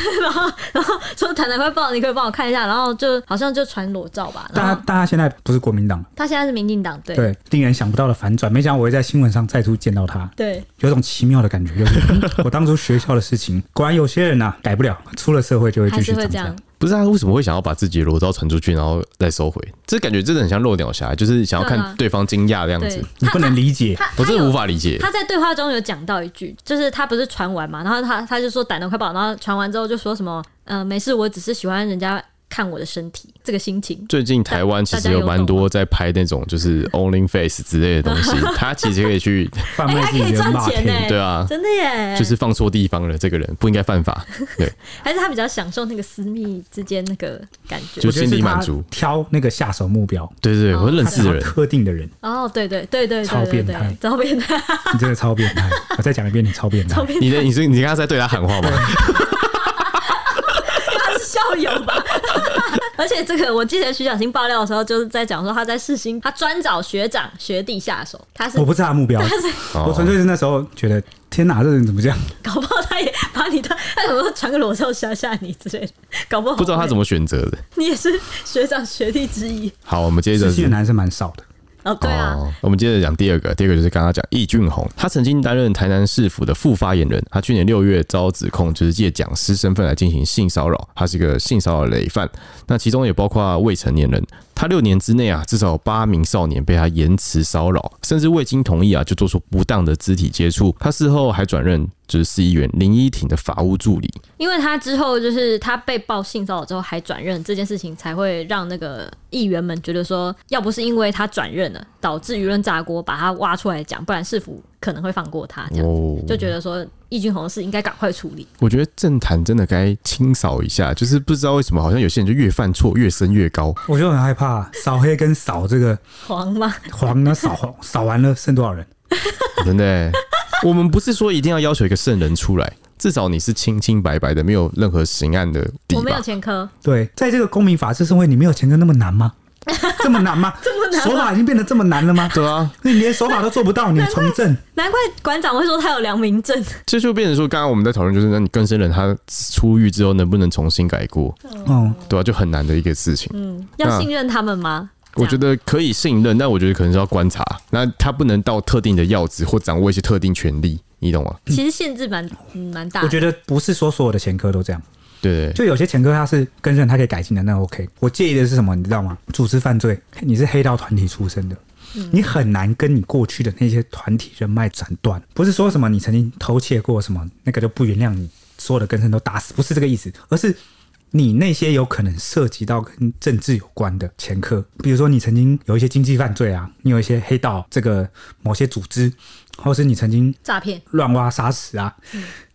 说胆胆快爆了，你可不可以帮我看一下，然后就好像就传裸照吧。
但
然
他
后
但他现在不是国民党，
他现在是民进嗯党，对
对，令人想不到的反转，没想到我会在新闻上再度见到他，
对，
有种奇妙的 感觉，就是嗯我当初学校的事情，果然有些人呐、改不了，出了社会就会
还
继
是
续
会
长
这
这样
样。
不是他为什么会想要把自己的裸照传出去，然后再收回？这感觉真的很像漏鸟侠，就是想要
对啊
看对方惊讶的样子
对。，
你不能理解
他
我
他
真的
有
无法理解。
他在对话中有讲到一句，就是他不是传完嘛，然后他他就说胆得快爆，然后传完之后就说什么呃没事，我只是喜欢人家看我的身体这个心情。
最近台湾其实有蛮多在拍那种就是 Only Face 之类的东西，他其实可以去，
贩卖自
哎可以
己的
赚
骂
钱呢、
片。
对啊
真的耶，
就是放错地方了，这个人不应该犯法。对，
还是他比较享受那个私密之间那个感觉。
就
我觉得
心理
是他
满足
挑那个下手目标，
对对对，我认
他
识的人，
特定 的人，
哦，对对对对
超
对对
变
对
态，
超变 态，
你真的超变态！我再讲一遍，你超变态
超。变态，
你的你是你刚才在对他喊话吗？
他是校友吧？ 而且这个我记得徐小新爆料的时候，就是在讲说他在世新，他专找学长学弟下手，他是
我不是他的目标，
他是
哦
我纯粹是那时候觉得，天哪，这人怎么这样？
搞不好他也把你的，他可能传个裸照吓吓你之类的，搞不好
不知道他怎
么，
么选择的。
你也是学长学弟之一。
好，我们接着
自信的男生蛮少的。
哦，对啊，
哦，我们接着讲第二个，第二个就是刚刚讲易俊宏，他曾经担任台南市府的副发言人，他去年六月遭指控就是借讲师身份来进行性骚扰，他是一个性骚扰累犯，那其中也包括未成年人。他六年之内啊，至少有八名少年被他言辞骚扰，甚至未经同意啊就做出不当的肢体接触。他事后还转任就是市议员林依婷的法务助理。
因为他之后就是他被报性骚扰之后还转任这件事情，才会让那个议员们觉得说，要不是因为他转任了，导致舆论炸锅，把他挖出来讲，不然市府可能会放过他，这样
哦，
就觉得说易俊宏的事应该赶快处理。
我觉得政坛真的该清扫一下，就是不知道为什么好像有些人就越犯错越升越高。
我就很害怕，扫黑跟扫这个
黄吗？
黄呢，扫黄扫完了剩多少人？
真的欸、我们不是说一定要要求一个圣人出来，至少你是清清白白的，没有任何刑案的底
我没有
吧？
前科，
对，在这个公民法治社会，你没有前科那么难 吗？这么难吗？这么难？手法已经变得这么难了吗？
对啊，
你连手法都做不到，你从政
难怪馆长会说他有良民证。
这就变成说，刚刚我们在讨论，就是那你更生人他出狱之后能不能重新改过，
哦，
对啊吧、就很难的一个事情。
嗯，要信任他们吗？
我觉得可以信任，但我觉得可能是要观察，那他不能到特定的要旨或掌握一些特定权利，你懂吗？
这样其实限制蛮嗯蛮大
我
的。
觉得不是说所有的前科都这样，
对对
就有些前科他是跟人他可以改进的，那 OK。我介意的是什么，你知道吗？组织犯罪，你是黑道团体出身的。你很难跟你过去的那些团体人脉斩断，不是说什么你曾经偷窃过什么，那个就不原谅你，所有的根生都打死，不是这个意思，而是你那些有可能涉及到跟政治有关的前科，比如说你曾经有一些经济犯罪啊，你有一些黑道这个某些组织，或是你曾经
诈骗，
乱挖沙石啊，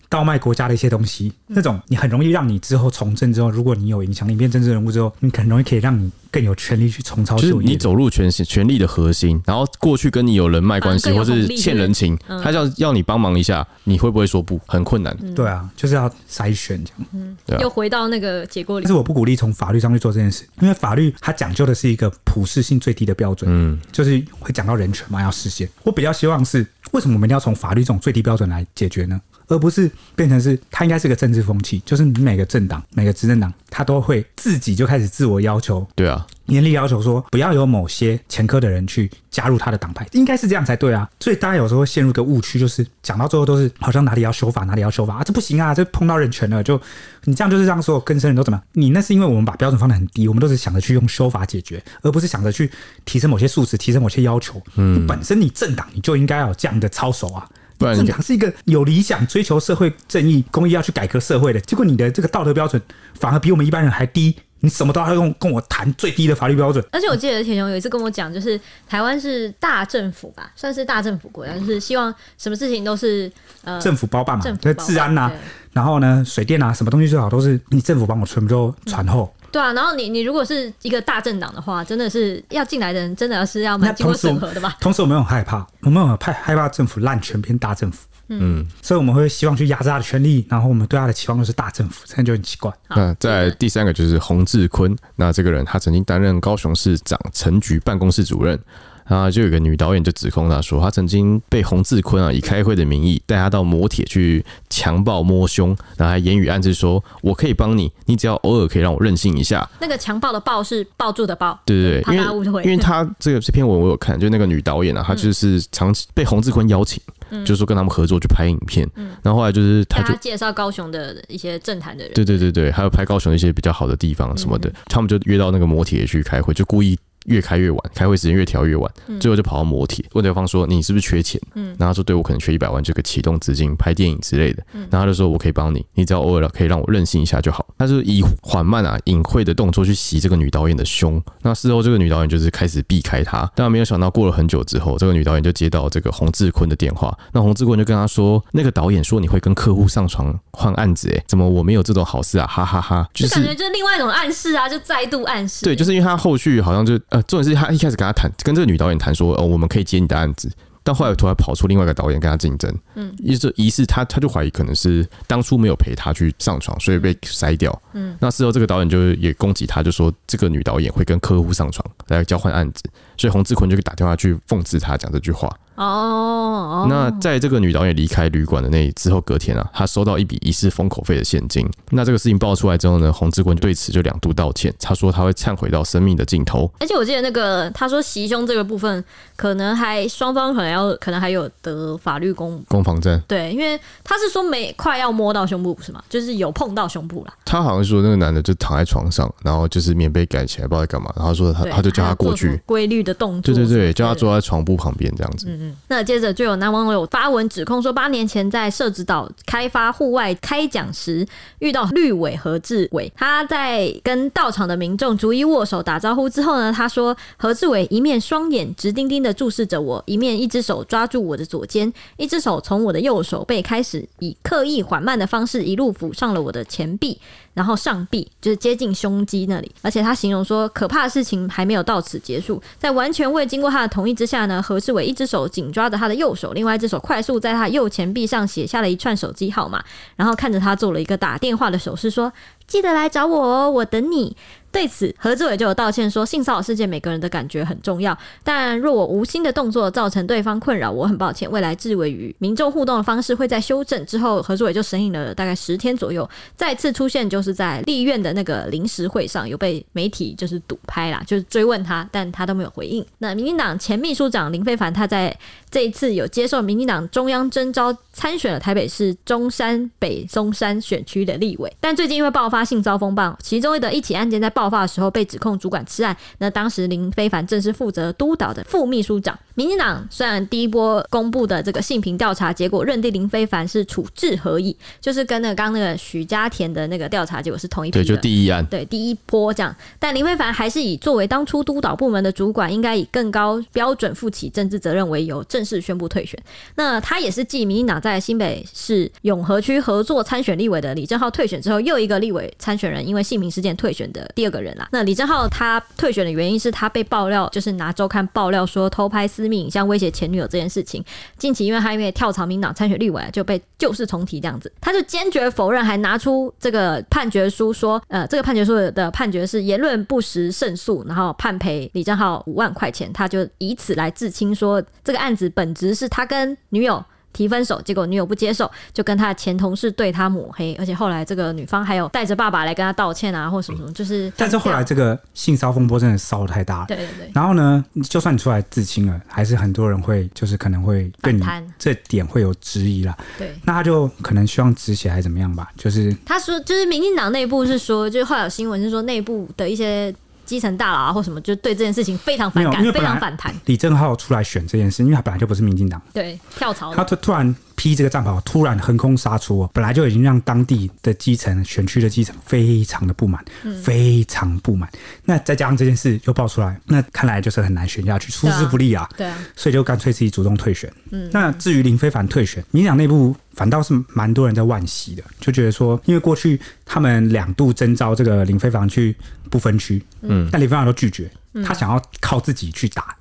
倒卖国家的一些东西，那种你很容易让你之后从政之后，如果你有影响力变政治人物之后，你很容易可以让你更有权利去重操
就是
旧
你
业。
走入权权力的核心，然后过去跟你有人脉关系
反
或
啊而更有
是
红利
欠人情，
嗯
他要要你帮忙一下，你会不会说不？很困难，
对啊，就是要筛选这样。
对啊
又回到那个结果里
但是。我不鼓励从法律上去做这件事，因为法律它讲究的是一个普适性最低的标准，嗯，就是会讲到人权嘛，要实现。我比较希望是，为什么我们一定要从法律这种最低标准来解决呢？而不是变成是它应该是个政治风气，就是你每个政党、每个执政党，它都会自己就开始自我要求，
对啊，
严厉要求说，不要有某些前科的人去加入他的党派，应该是这样才对啊。所以大家有时候会陷入一个误区，就是讲到最后都是好像哪里要修法，哪里要修法啊，这不行啊，这碰到人权了，就你这样就是让所有更生人都怎么样？你那是因为我们把标准放得很低，我们都是想着去用修法解决，而不是想着去提升某些素质，提升某些要求。嗯，本身你政党你就应该要有这样的操守啊。
不然
政党是一个有理想、追求社会正义、公益，要去改革社会的。结果你的这个道德标准反而比我们一般人还低，你什么都要用跟我谈最低的法律标准。
而且我记得铁雄有一次跟我讲，就是台湾是大政府吧，算是大政府国家，就是希望什么事情都是呃
政府包办嘛
政府，
那
包办
治安呐、
啊
对
然后呢，水电啊，什么东西最好都是你政府帮我全部都传后。
对啊。然后你你如果是一个大政党的话，真的是要进来的人真的是要
那
蛮经
同
过
时我
审
们，
核的吧？
同时我们很害怕，我们很害害怕政府滥权变大政府。嗯，所以我们会希望去压制他的权利，然后我们对他的期望就是大政府，这样就很奇怪。
好
那在第三个就是洪志坤，那这个人他曾经担任高雄市长陈局办公室主任。啊，就有个女导演就指控他说，他曾经被洪志坤啊以开会的名义带他到摩铁去强暴摸胸，然后还言语暗示说，我可以帮你，你只要偶尔可以让我任性一下，
那个强暴的暴是抱住的抱，
对对
怕
对，
大家误
因为
会嗯
因为他这个这篇文我有看，就那个女导演啊，她就是长期被洪志坤邀请，就是说跟他们合作去拍影片。
嗯
然后后来就是他
跟
就
他介绍高雄的一些政坛的人，嗯
对对对对，还有拍高雄的一些比较好的地方什么的，他们就约到那个摩铁去开会，就故意。越开越晚，开会时间越调越晚，
嗯
最后就跑到摩铁，问对方说：“你是不是缺钱？”然后他说：“对，我可能缺一百万，这个启动资金拍电影之类的。”然后他就说：“我可以帮你，你只要偶尔可以让我任性一下就好。”他就是以缓慢啊、隐晦的动作去袭这个女导演的胸。那事后这个女导演就是开始避开他，但没有想到过了很久之后，这个女导演就接到这个洪志坤的电话。那洪志坤就跟他说：“那个导演说你会跟客户上床换案子、欸诶，怎么我没有这种好事啊？哈哈哈就
就是感觉就是另外一种暗示啊，就再度暗示。
对，就是是因为他后续好像就呃，重点是他一开始跟他谈，跟这个女导演谈说，哦，我们可以接你的案子。但后来突然跑出另外一个导演跟他竞争，嗯，于是疑似他他就怀疑可能是当初没有陪他去上床，所以被筛掉，嗯，那事后这个导演就也攻击他，就说这个女导演会跟客户上床来交换案子，所以洪志坤就打电话去讽刺他讲这句话，
哦哦，
那在这个女导演离开旅馆的那之后，隔天啊，她收到一笔疑似封口费的现金。那这个事情爆出来之后呢，洪志坤对此就两度道歉，他说他会忏悔到生命的尽头。
而且我记得那个他说袭胸这个部分，可能还双方可能要可能还有得法律公。
攻防战，
对，因为他是说没快要摸到胸部，不是吗？就是有碰到胸部啦。
他好像说那个男的就躺在床上，然后就是棉被盖起来，不知道在干嘛。然后说他
对，
他就叫
还有
他过
做什么
去，
规律的动
对
作。
对对，叫他。坐在床铺旁边这样子。
那接着就有男网友发文指控说，八年前在社子岛开发户外开讲时，遇到绿委何志伟，他在跟到场的民众逐一握手打招呼之后呢，他说何志伟一面双眼直盯盯的注视着我，一面一只手抓住我的左肩，一只手从我的右手背开始，以刻意缓慢的方式一路抚上了我的前臂，然后上臂就是接近胸肌那里。而且他形容说，可怕的事情还没有到此结束，在完全未经过他的同意之下呢，何志伟一只手紧抓着他的右手，另外一只手快速在他右前臂上写下了一串手机号码，然后看着他做了一个打电话的手势，说：“记得来找我哦，我等你。”对此，何志伟就有道歉说，性骚扰事件每个人的感觉很重要，但若我无心的动作造成对方困扰，我很抱歉。未来志伟与民众互动的方式会在修正之后，何志伟就神隐了大概十天左右，再次出现就是在立院的那个临时会上，有被媒体就是堵拍啦，就是追问他，但他都没有回应。那民进党前秘书长林非凡他在这一次有接受民进党中央征召参选了台北市中山北松山选区的立委，但最近因为爆发性骚风暴，其中的一起案件在爆发的时候被指控主管吃案，那当时林非凡正是负责督导的副秘书长。民进党虽然第一波公布的这个性平调查结果认定林非凡是处置合议，就是跟那个刚刚那个许家田的那个调查结果是同一批
对，
的，
就第一案，
对第一波这样，但林非凡还是以作为当初督导部门的主管，应该以更高标准负起政治责任为由，正式宣布退选。那他也是继民进党在新北市永和区合作参选立委的李正浩退选之后，又一个立委参选人因为性平事件退选的第二个人啦。那李正浩他退选的原因是他被爆料，就是拿周刊爆料说偷拍私密影像威胁前女友这件事情。近期因为他因为跳槽民党参选立委啊就被旧事重提这样子，他就坚决否认，还拿出这个判决书说，呃，这个判决书的判决是言论不实胜诉，然后判赔李正浩五万块钱，他就以此来自清说这个案子本质是他跟女友。提分手，结果女友不接受，就跟他的前同事对他抹黑，而且后来这个女方还有带着爸爸来跟他道歉啊，或什么什么，就是
但是后来这个性骚风波真的烧得太大了。
对对对，
然后呢，就算你出来自清了，还是很多人会就是可能会对你
反弹
这点会有质疑啦。
对，
那他就可能希望止血还是怎么样吧，就是
他说，就是民进党内部是说，就是后来有新闻是说，内部的一些基层大佬啊或什么，就对这件事情非常反
没有
感
因，为
非
本来
常反弹。
李正浩出来选这件事，因为他本来就不是民进党，
对，跳槽
他
的，
突突然披这个战袍，突然横空杀出哦，本来就已经让当地的基层选区的基层非常的不满，
嗯
非常不满。那再加上这件事又爆出来，那看来就是很难选下去，出师不利啊。
对啊，
所以就干脆自己主动退选。嗯，那至于林非凡退选，民进党内部反倒是蛮多人在惋惜的，就觉得说，因为过去他们两度征召这个林非凡去不分区，嗯，但林非凡都拒绝，他想要靠自己去打。
嗯
哦
哎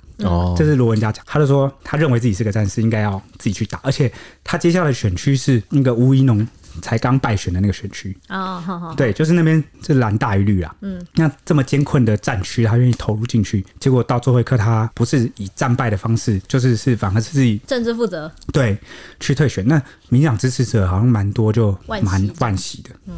这，是罗文嘉讲，他就说他认为自己是个战士，应该要自己去打，而且他接下来的选区是那个吴怡农才刚败选的那个选区，
啊、好好，
对，就是那边是蓝大于绿啊。嗯，那这么艰困的战区，他愿意投入进去，结果到最后一刻，他不是以战败的方式，就是是反而是自己
政治负责，
对去退选。那民进党支持者好像蛮多，就
惋惜
蛮惋惜的。嗯，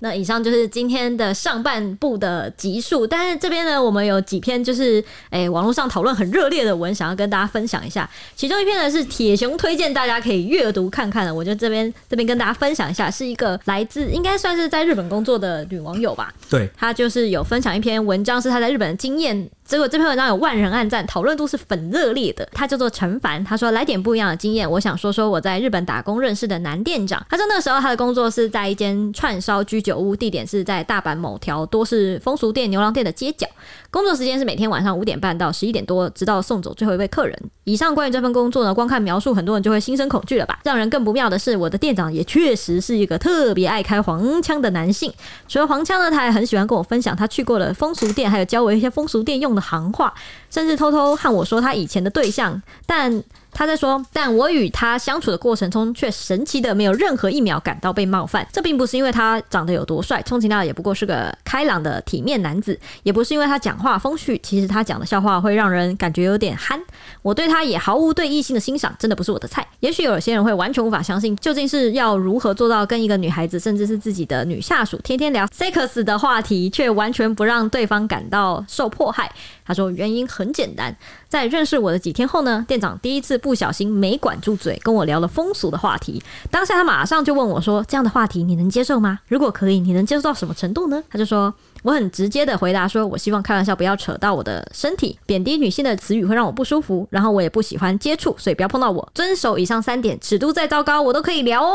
那以上就是今天的上半部的集数，但是这边呢，我们有几篇就是诶、网络上讨论很热烈的文，想要跟大家分享一下。其中一篇呢是铁熊推荐大家可以阅读看看的，我就这边这边跟大家分享一下，是一个来自应该算是在日本工作的女网友吧，
对，
她就是有分享一篇文章，是她在日本的经验。结果这篇文章有万人暗赞，讨论度是很热烈的。她叫做陈凡，她说来点不一样的经验，我想说说我在日本打工认识的男店长。她说那时候她的工作是在一间串烧居酒屋，地点是在大阪某条多是风俗店、牛郎店的街角。工作时间是每天晚上五点半到十一点多，直到送走最后一位客人。以上关于这份工作呢，光看描述，很多人就会心生恐惧了吧？让人更不妙的是，我的店长也确实是一个特别爱开黄腔的男性。除了黄腔呢，他还很喜欢跟我分享他去过的风俗店，还有教我一些风俗店用的行话，甚至偷偷和我说他以前的对象，但。他在说，但我与他相处的过程中，却神奇的没有任何一秒感到被冒犯。这并不是因为他长得有多帅，充其量也不过是个开朗的体面男子，也不是因为他讲话风趣，其实他讲的笑话会让人感觉有点憨。我对他也毫无对异性的欣赏，真的不是我的菜。也许有些人会完全无法相信，究竟是要如何做到跟一个女孩子，甚至是自己的女下属，天天聊 sex 的话题，却完全不让对方感到受迫害。他说原因很简单，在认识我的几天后呢，店长第一次不小心没管住嘴，跟我聊了风俗的话题。当下他马上就问我说：“这样的话题你能接受吗？如果可以，你能接受到什么程度呢？”他就说。我很直接的回答说，我希望开玩笑不要扯到我的身体，贬低女性的词语会让我不舒服，然后我也不喜欢接触，所以不要碰到我。遵守以上三点，尺度再糟糕我都可以聊哦。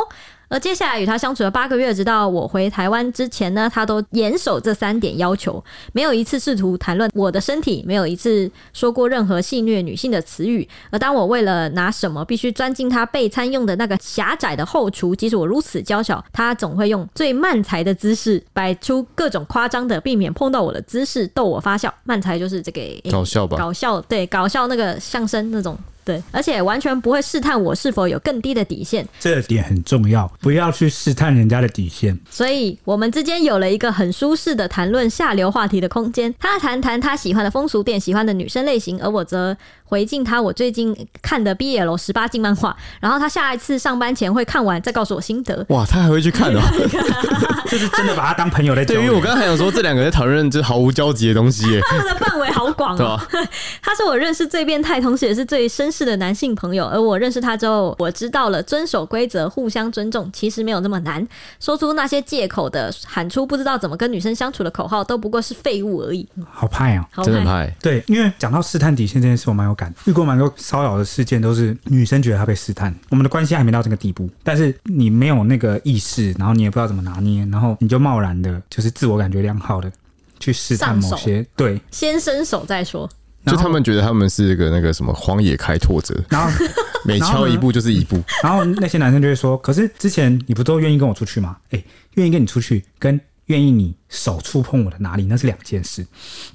而接下来与他相处了八个月，直到我回台湾之前呢，他都严守这三点要求，没有一次试图谈论我的身体，没有一次说过任何戏虐女性的词语。而当我为了拿什么必须钻进他备餐用的那个狭窄的后厨，即使我如此娇小，他总会用最慢才的姿势摆出各种夸张的避免碰到我的姿势逗我发笑。慢才就是这个、诶
搞笑吧？
搞笑，对，搞笑那个相声那种。对，而且完全不会试探我是否有更低的底线，
这点很重要，不要去试探人家的底线。
所以我们之间有了一个很舒适的谈论下流话题的空间。他谈谈他喜欢的风俗店、喜欢的女生类型，而我则回敬他我最近看的 BL 十八禁漫画。然后他下一次上班前会看完，再告诉我心得。
哇，他还会去看哦、
就是真的把他当朋友在
对，
交
因为
流
我。刚才想说，这两个在讨论这毫无交集的东西耶，
他们的范围好 广
对
哦、
吧？
他是我认识最变态，同时也是最绅士的男性朋友。而我认识他之后，我知道了遵守规则、互相尊重，其实没有那么难。说出那些借口的、喊出不知道怎么跟女生相处的口号，都不过是废物而已。
好派哦。
好
真的很
看
派。
对，因为讲到试探底线这件事，我蛮有感，遇过蛮多骚扰的事件，都是女生觉得她被试探，我们的关系还没到这个地步，但是你没有那个意识，然后你也不知道怎么拿捏，然后你就贸然的，就是自我感觉良好的去试探
上
某
手
些，对，
先伸手再说。
就
然后
他们觉得他们是个那个什么荒野开拓者，
然后
每
然后
敲
呢
一步就是一步。
然后那些男生就会说，可是之前你不都愿意跟我出去吗？哎，愿意跟你出去跟。愿意你手触碰我的哪里，那是两件事，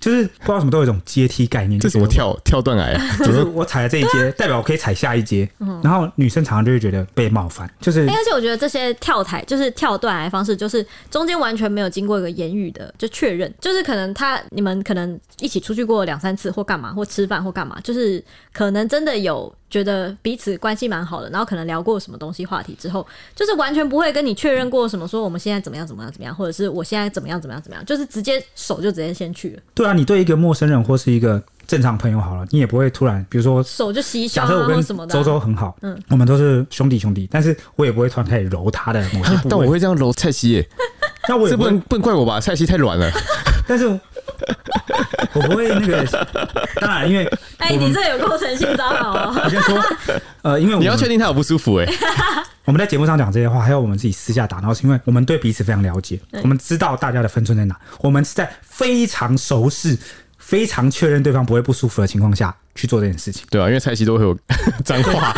就是不知道为什么都有一种阶梯概念。
这
就
什
觉
么
得
跳跳断崖啊？
就是我踩了这一
啊
阶，代表我可以踩下一阶。然后女生常常就会觉得被冒犯，就是
嗯哎、而且我觉得这些跳台就是跳断崖的方式，就是中间完全没有经过一个言语的就确认，就是可能他你们可能一起出去过两三次或干嘛，或吃饭或干嘛，就是可能真的有觉得彼此关系蛮好的，然后可能聊过什么东西话题之后，就是完全不会跟你确认过什么说我们现在怎么样怎么样怎么样，或者是我现在怎么样怎么样怎么样，就是直接手就直接先去了，
对啊，你对一个陌生人或是一个正常朋友好了，你也不会突然，比如说，
手就袭胸
假设
啊或
我跟
什么的啊、
周周很好，嗯，我们都是兄弟兄弟，但是我也不会突然开始揉他的某些
啊
部位，
但 我会这样揉蔡西耶，
那我也
这
不
不
会
能，不能怪我吧？蔡西太软 了，
但是 我我不会那个，当然因为
哎、
我
你
们
这有构成性骚扰 哦。
我先说，呃，因为我
你要
们
确定他有不舒 服哎。
我们在节目上讲这些话，还有我们自己私下打闹，是因为我们对彼此非常了解，我们知道大家的分寸在哪，我们是在非常熟识、非常确认对方不会不舒服的情况下去做这件事情。
对啊，因为蔡西都会有 脏
啊
话，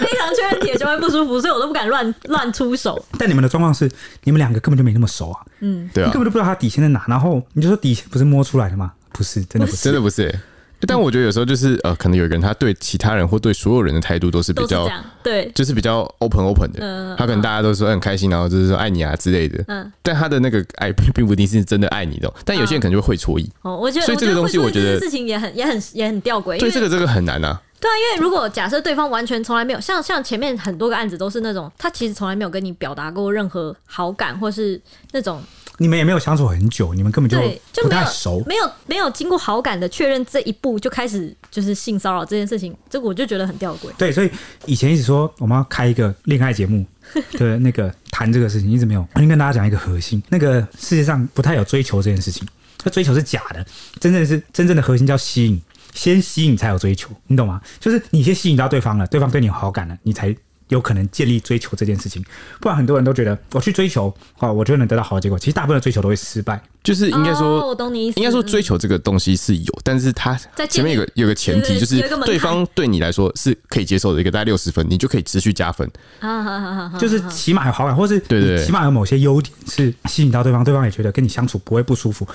非常确认铁熊会不舒服，所以我都不敢乱乱出手。
但你们的状况是，你们两个根本就没那么熟啊，
对
你
啊
根，本就不知道他底线在哪，然后你就说底线不是摸出来的吗？不是，真的不是。
真的不是耶。但我觉得有时候就是呃，可能有一个人他对其他人或对所有人的态度都是
都
比
是这
较，
样，嗯对，
就是比较 open open 的。他可能大家都说很开心，然后就是说爱你啊之类的。
嗯
但他的那个爱并并不一定是真的爱你的哦，但有些人可能就会会错意。
哦，我觉得，
所以这个东西
我
我觉得
事情也很也很也很吊诡，因
对
为
这个这个很难啊。
对啊，因为如果假设对方完全从来没有，像像前面很多个案子都是那种，他其实从来没有跟你表达过任何好感，或是那种
你们也没有相处很久，你们根本就
对，就
不
没有
太熟。
没有没有经过好感的确认这一步就开始就是性骚扰这件事情，这个我就觉得很吊诡。
对，所以以前一直说我们要开一个恋爱节目，对那个谈这个事情一直没有。我先跟大家讲一个核心，那个世界上不太有追求这件事情，那追求是假的，真正是真正的核心叫吸引，先吸引才有追求，你懂吗？就是你先吸引到对方了，对方对你有好感了，你才。有可能建立追求这件事情，不然很多人都觉得我去追求哦，我就能得到好的结果。其实大部分的追求都会失败，
就是应该说、
哦我懂你意思，
应该说追求这个东西是有，但是它
在
前面有个有个前提，
对对
就是
有一个门槛
对方对你来说是可以接受的一个大概六十分，你就可以持续加分。
啊，好好好好
就是
好
起码有好感，或是
对对对
你起码有某些优点是吸引到对方，对方也觉得跟你相处不会不舒服。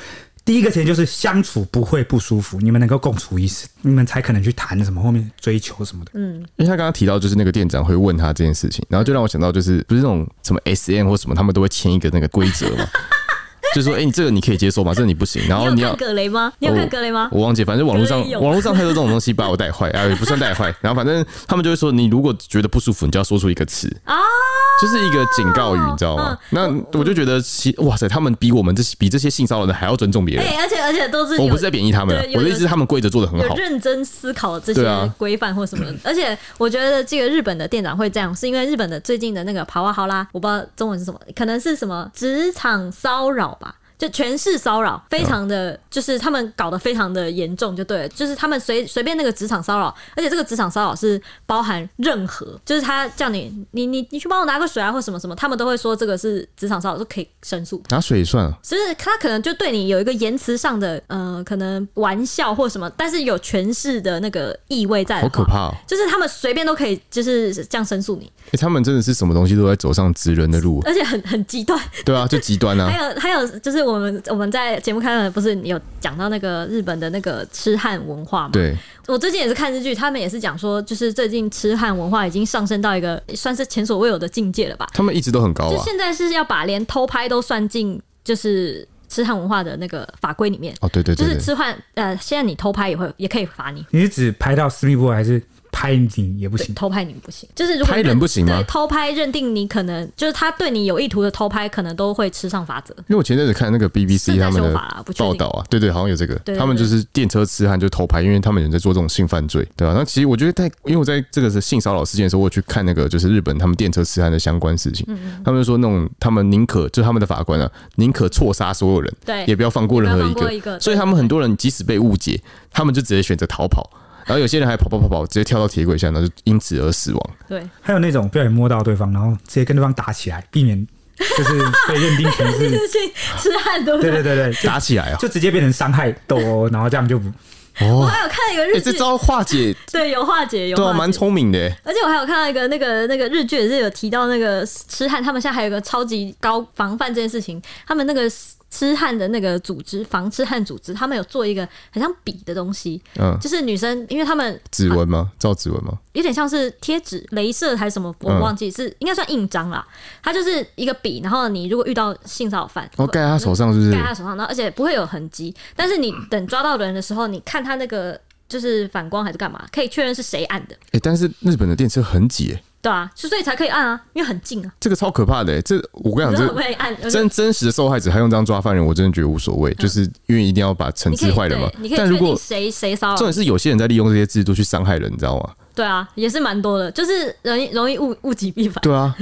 第一个前提就是相处不会不舒服，你们能够共处一室，你们才可能去谈什么后面追求什么的。
因为他刚刚提到就是那个店长会问他这件事情，然后就让我想到就是不是那种什么 S M 或什么，他们都会签一个那个规则嘛， 就说哎、你这个你可以接受吗？这个你不行，然后
你
你
有
要哦
看。葛雷吗？你有看葛雷吗？
我忘记，反正网络上
格雷有
网络上太多这种东西把我带坏，啊，也不算带坏。然后反正他们就会说，你如果觉得不舒服，你就要说出一个词，
啊，
就是一个警告
哦
语，你知道吗？
嗯
那我就觉得，其哇塞，他们比我们这比这些性骚扰的还要尊重别人。
哎，而且而且都是
我
有
不是在贬义他们啊
对，有
我的意思是他们规则做的很
有
好。
认真思考这
对
些
啊
规范或什 么的，而且我觉得这个日本的店长会这样，是因为日本的最近的那个跑哇啊好啦，我不知道中文是什么，可能是什么职场骚扰吧。就全是骚扰，非常的、
啊
就是他们搞得非常的严重，就对了，就是他们随随便那个职场骚扰，而且这个职场骚扰是包含任何，就是他叫你你你你去帮我拿个水啊或什么什么，他们都会说这个是职场骚扰，是可以申诉的
拿啊水也算了，
就是他可能就对你有一个言辞上的呃，可能玩笑或什么，但是有权势的那个意味在的
好
话，
可怕哦！
就是他们随便都可以就是这样申诉你，
哎，他们真的是什么东西都在走上直人的路，
而且很很极端。
对啊，就极端啊
还。有还有就是我们我们在节目开始不是有讲到那个日本的那个痴汉文化嘛？
对，
我最近也是看日剧，他们也是讲说，就是最近痴汉文化已经上升到一个算是前所未有的境界了吧？
他们一直都很高
就
啊。
现在是要把连偷拍都算进就是痴汉文化的那个法规里面。
哦，对对
就
对
是
对，
吃饭，呃，现在你偷拍也会也可以罚你，
你是指拍到私密部位还是拍你也不行？
偷拍你不行。就是如果
拍人
认
不行吗
对，偷拍认定你可能就是他对你有意图的偷拍，可能都会吃上罚则。
因为我前阵子看那个 BBC
正在
他们
修
的
法啊不确定
报道啊，对对，好像有这个
对，
他们就是电车痴汉就偷拍，因为他们有人在做这种性犯罪，对吧、那其实我觉得在，因为我在这个是性骚扰事件的时候，我有去看那个就是日本他们电车痴汉的相关事情，
嗯
他们就说那种他们宁可就是他们的法官啊，宁可错杀所有人，
对
也不要放过任何
也
一
不要放过
个，
一个对
所以他们很多人即使被误解，他们就直接选择逃跑。然后有些人还跑跑跑跑，直接跳到铁轨下，然后就因此而死亡。
对，
还有那种不小心摸到对方，然后直接跟对方打起来，避免就是被认定成
就是。是吃汉 对不
对
对？
对对对，就
打起来啊！
就直接变成伤害斗殴，然后这样就不
我
哦，
还有看一个
哎、
日
这
剧，
招化解
对，有化解，有
对啊，
化
蛮
解。
聪明的欸。
而且我还有看到一个那个那个日剧也是有提到那个痴汉，他们现在还有一个超级高防范这件事情，他们那个。痴汉的那个组织，防痴汉组织，他们有做一个很像笔的东西，
嗯，
就是女生，因为他们
指纹吗？照指纹吗？
有点像是贴纸、镭射还是什么，我
嗯
忘记、是应该算印章啦。它就是一个笔，然后你如果遇到性骚扰犯，
哦，盖在他手上是不
盖
是
在？他手上，然后而且不会有痕迹。但是你等抓到人的时候，你看他那个就是反光还是干嘛，可以确认是谁按的，
哎、但是日本的电车很挤、欸，
对啊，所以才可以按啊，因为很近啊，
这个超可怕的、欸。这我跟你
你很
讲，这
会按，我就
真真实的受害者，他用这样抓犯人，我真的觉得无所谓，就是因为一定要把惩
你可
治
以
坏人嘛
对，嗯你可。以
但
确
如
定
果
谁谁骚
重
扰
点，是有些人在利用这些制度去伤害人，你知道吗？
对啊，也是蛮多的，就是容易容易物物极必反，
对啊，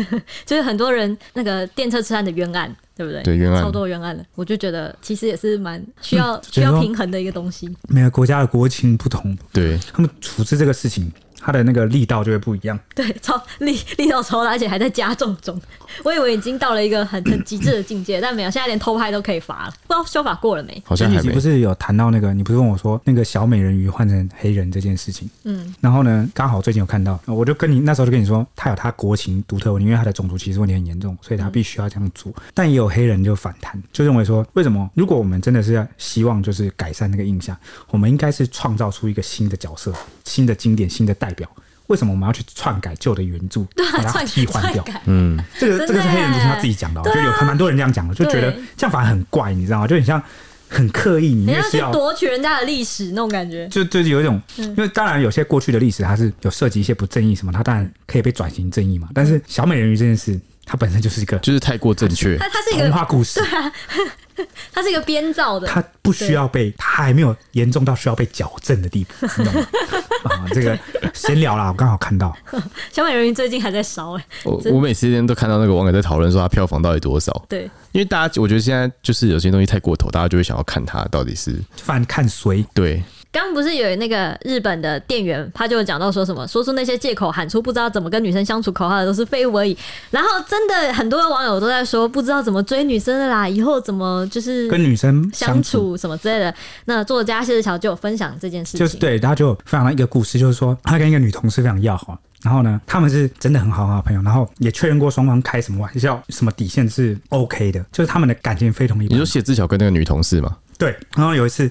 就是很多人那个电车痴汉的冤案。对不对？
对冤案
超多冤案的，我就觉得其实也是蛮需要、需
觉得
要
说
平衡的一个东西。
每个国家的国情不同，
对，
他们处置这个事情，他的那个力道就会不一样。
对，超力力道超大，而且还在加重中。我以为已经到了一个很很极致的境界，但没有，现在连偷拍都可以罚了，不知道修法过了没？
好像
前几
还
集
没
不。是有谈到那个，你不是问我说那个小美人鱼换成黑人这件事情？
嗯，
然后呢，刚好最近有看到，我就跟你那时候就跟你说，他有他国情独特问题，因为他的种族歧视问题很严重，所以
嗯
他必须要这样做。但也有黑人就反弹，就认为说，为什么如果我们真的是要希望就是改善那个印象，我们应该是创造出一个新的角色、新的经典、新的代表。为什么我们要去篡改旧的原著，
对
把
啊，
它
篡
替换
篡
掉？
改，
嗯，
这个
真的啊
这个是黑人族群他自己讲的、哦，就有还蛮多人这样讲的，就觉得
对
这样反而很怪，你知道吗？就很像很刻意，你
你
越
要
是
去
要。
夺取人家的历史那种感觉。
就就是有一种，
嗯
因为当然有些过去的历史它是有涉及一些不正义什么，它当然可以被转型正义嘛。但
嗯
是小美人鱼这件事，它本身就是一个
就是太过正 确。
它它是一
童
个
话故事，
它是一个编造的，
它不需要被，它还没有严重到需要被矫正的地步，你懂 吗？啊，这个闲聊啦，我刚好看到，
小美人鱼最近还在烧哎、
我我每次都看到那个网友在讨论说它票房到底多少，
对，
因为大家我觉得现在就是有些东西太过头，大家就会想要看它到底是
反正看谁
对
刚刚不是有那个日本的店员，他就有讲到说什么，说出那些借口，喊出不知道怎么跟女生相处口号的都是废物而已。然后真的很多网友都在说，不知道怎么追女生的啦，以后怎么就是
跟女生
相
相处。
处什么之类的。那作家谢志桥就有分享这件事情，
就是对，他就分享了一个故事，就是说他跟一个女同事非常要好，然后呢，他们是真的很好很好的朋友，然后也确认过双方开什么玩笑、什么底线是 OK 的，就是他们的感情非同一
你
般
说。谢志巧跟那个女同事嘛，
对，然后有一次，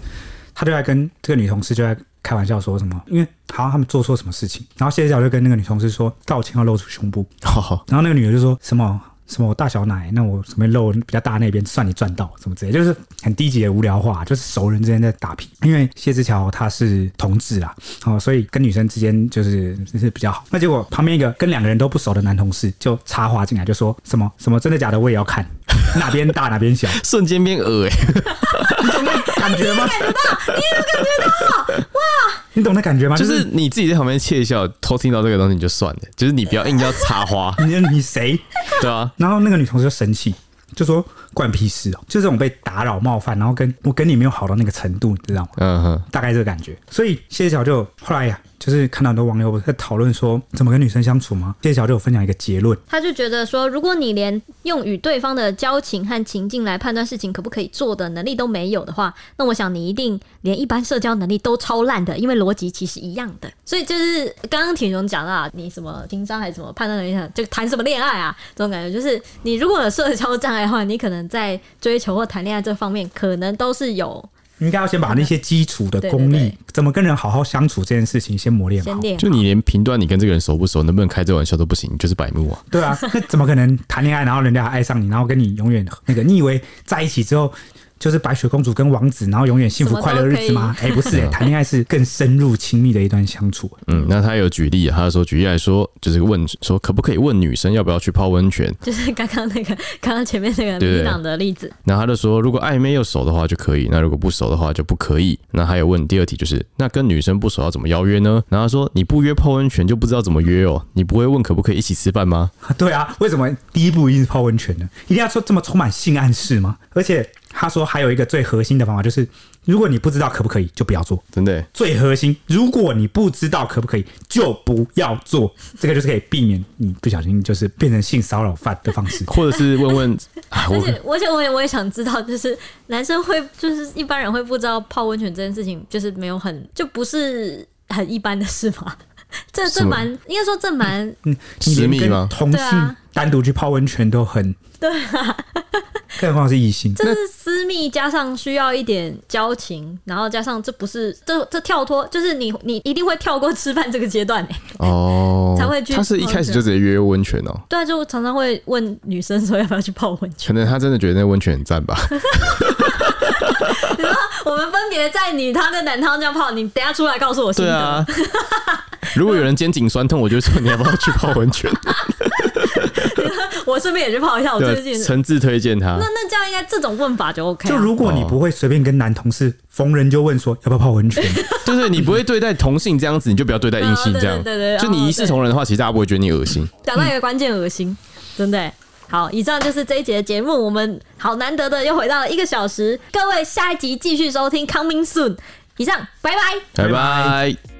他就在跟这个女同事就在开玩笑说什么，因为好像他们做错什么事情，然后谢志尧就跟那个女同事说道歉要露出胸部，
哦，
然后那个女的就说什么什么我大小奶，那我什么露比较大那边算你赚到什么之类，就是很低级的无聊话，就是熟人之间在打屁。因为谢之桥他是同志啦，哦，所以跟女生之间就是就是比较好。那结果旁边一个跟两个人都不熟的男同事就插话进来，就说什么什么真的假的我也要看，哪边大哪 边小，
瞬间变恶哎、
你懂那感觉吗？你懂那感觉吗？
啊就
就是，
是你自己在旁边窃笑，偷听到这个东西你就算了，就是你不要硬要插花
你你谁？
对啊，
然后那个女同事就生气，就说关你屁事哦，就这种被打扰冒犯，然后跟我跟你没有好到那个程度，你知道吗？
嗯哼，
大概这个感觉。所以谢小就后来呀、就是看到很多网友在讨论说怎么跟女生相处嘛，谢小就有分享一个结论，
他就觉得说，如果你连用与对方的交情和情境来判断事情可不可以做的能力都没有的话，那我想你一定连一般社交能力都超烂的，因为逻辑其实一样的。所以就是刚刚挺荣讲的啊，你什么情商还是什么判断能力上，就谈什么恋爱啊，这种感觉就是你如果有社交障碍的话，你可能在追求或谈恋爱这方面可能都是有
应该要先把那些基础的
对对
功力，
对
怎么跟人好好相处这件事情先磨练
先
好。
练。
就你连评断你跟这个人熟不熟，能不能开这玩笑都不行，你就是白目啊。
对啊，那怎么可能谈恋爱，然后人家还爱上你，然后跟你永远那个？你以为在一起之后就是白雪公主跟王子，然后永远幸福快乐的日子吗？哎、不是、哎，谈恋爱是更深入亲密的一段相处。
嗯，那他有举例啊，他说举例来说，就是问说可不可以问女生要不要去泡温泉，
就是刚刚那个，刚刚前面那个
对对
迷党的例子，
然后他就说如果暧昧又熟的话就可以，那如果不熟的话就不可以。那还有问第二题就是，那跟女生不熟要怎么邀约呢？然后他说你不约泡温泉就不知道怎么约哦，你不会问可不可以一起吃饭吗？
对啊，为什么第一步一定是泡温泉呢？一定要说这么充满性暗示吗？而且他说还有一个最核心的方法就是，如果你不知道可不可以，就不要做。
真的欸、。
最核心，如果你不知道可不可以，就不要做。这个就是可以避免你不小心就是变成性骚扰犯的方式
或者是问 问，啊
而
我
且，而且我也我也想知道，就是男生会，就是一般人会不知道泡温泉这件事情，就是没有很，就不是很一般的事嘛。这
是
这
吗
蛮，应该说这蛮，
你
私
连
密
跟
吗
同
对啊
性单独去泡温泉都很
对
啊， 更何况是异性。
这是私密加上需要一点交情，然后加上这不是这这跳脱，就是你你一定会跳过吃饭这个阶段欸
哦，
才会去
他是一开始就直接约温泉哦，
对啊，就常常会问女生说要不要去泡温泉。
可能他真的觉得那温泉很赞吧？
我们分别在女汤跟男汤这样泡，你等一下出来告诉我心
对
得。
啊。 如果有人肩颈酸痛，我就说你要不要去泡温泉？
我顺便也去泡一下，我哦最近
对，。诚挚推荐他
那。那这样应该这种问法就 OK 啊、
就如果你不会随便跟男同事逢人就问说要不要泡温泉，
对对，你不会对待同性这样子，你就不要对待异性这样。
哦对对对对
就你一视同仁的话，其实大家不会觉得你恶心。
讲到一个关键，恶心，真的欸。好，以上就是这一节的节目，我们好难得的又回到了一个小时，各位下一集继续收听 Coming Soon。以上，拜拜。
拜
拜
拜。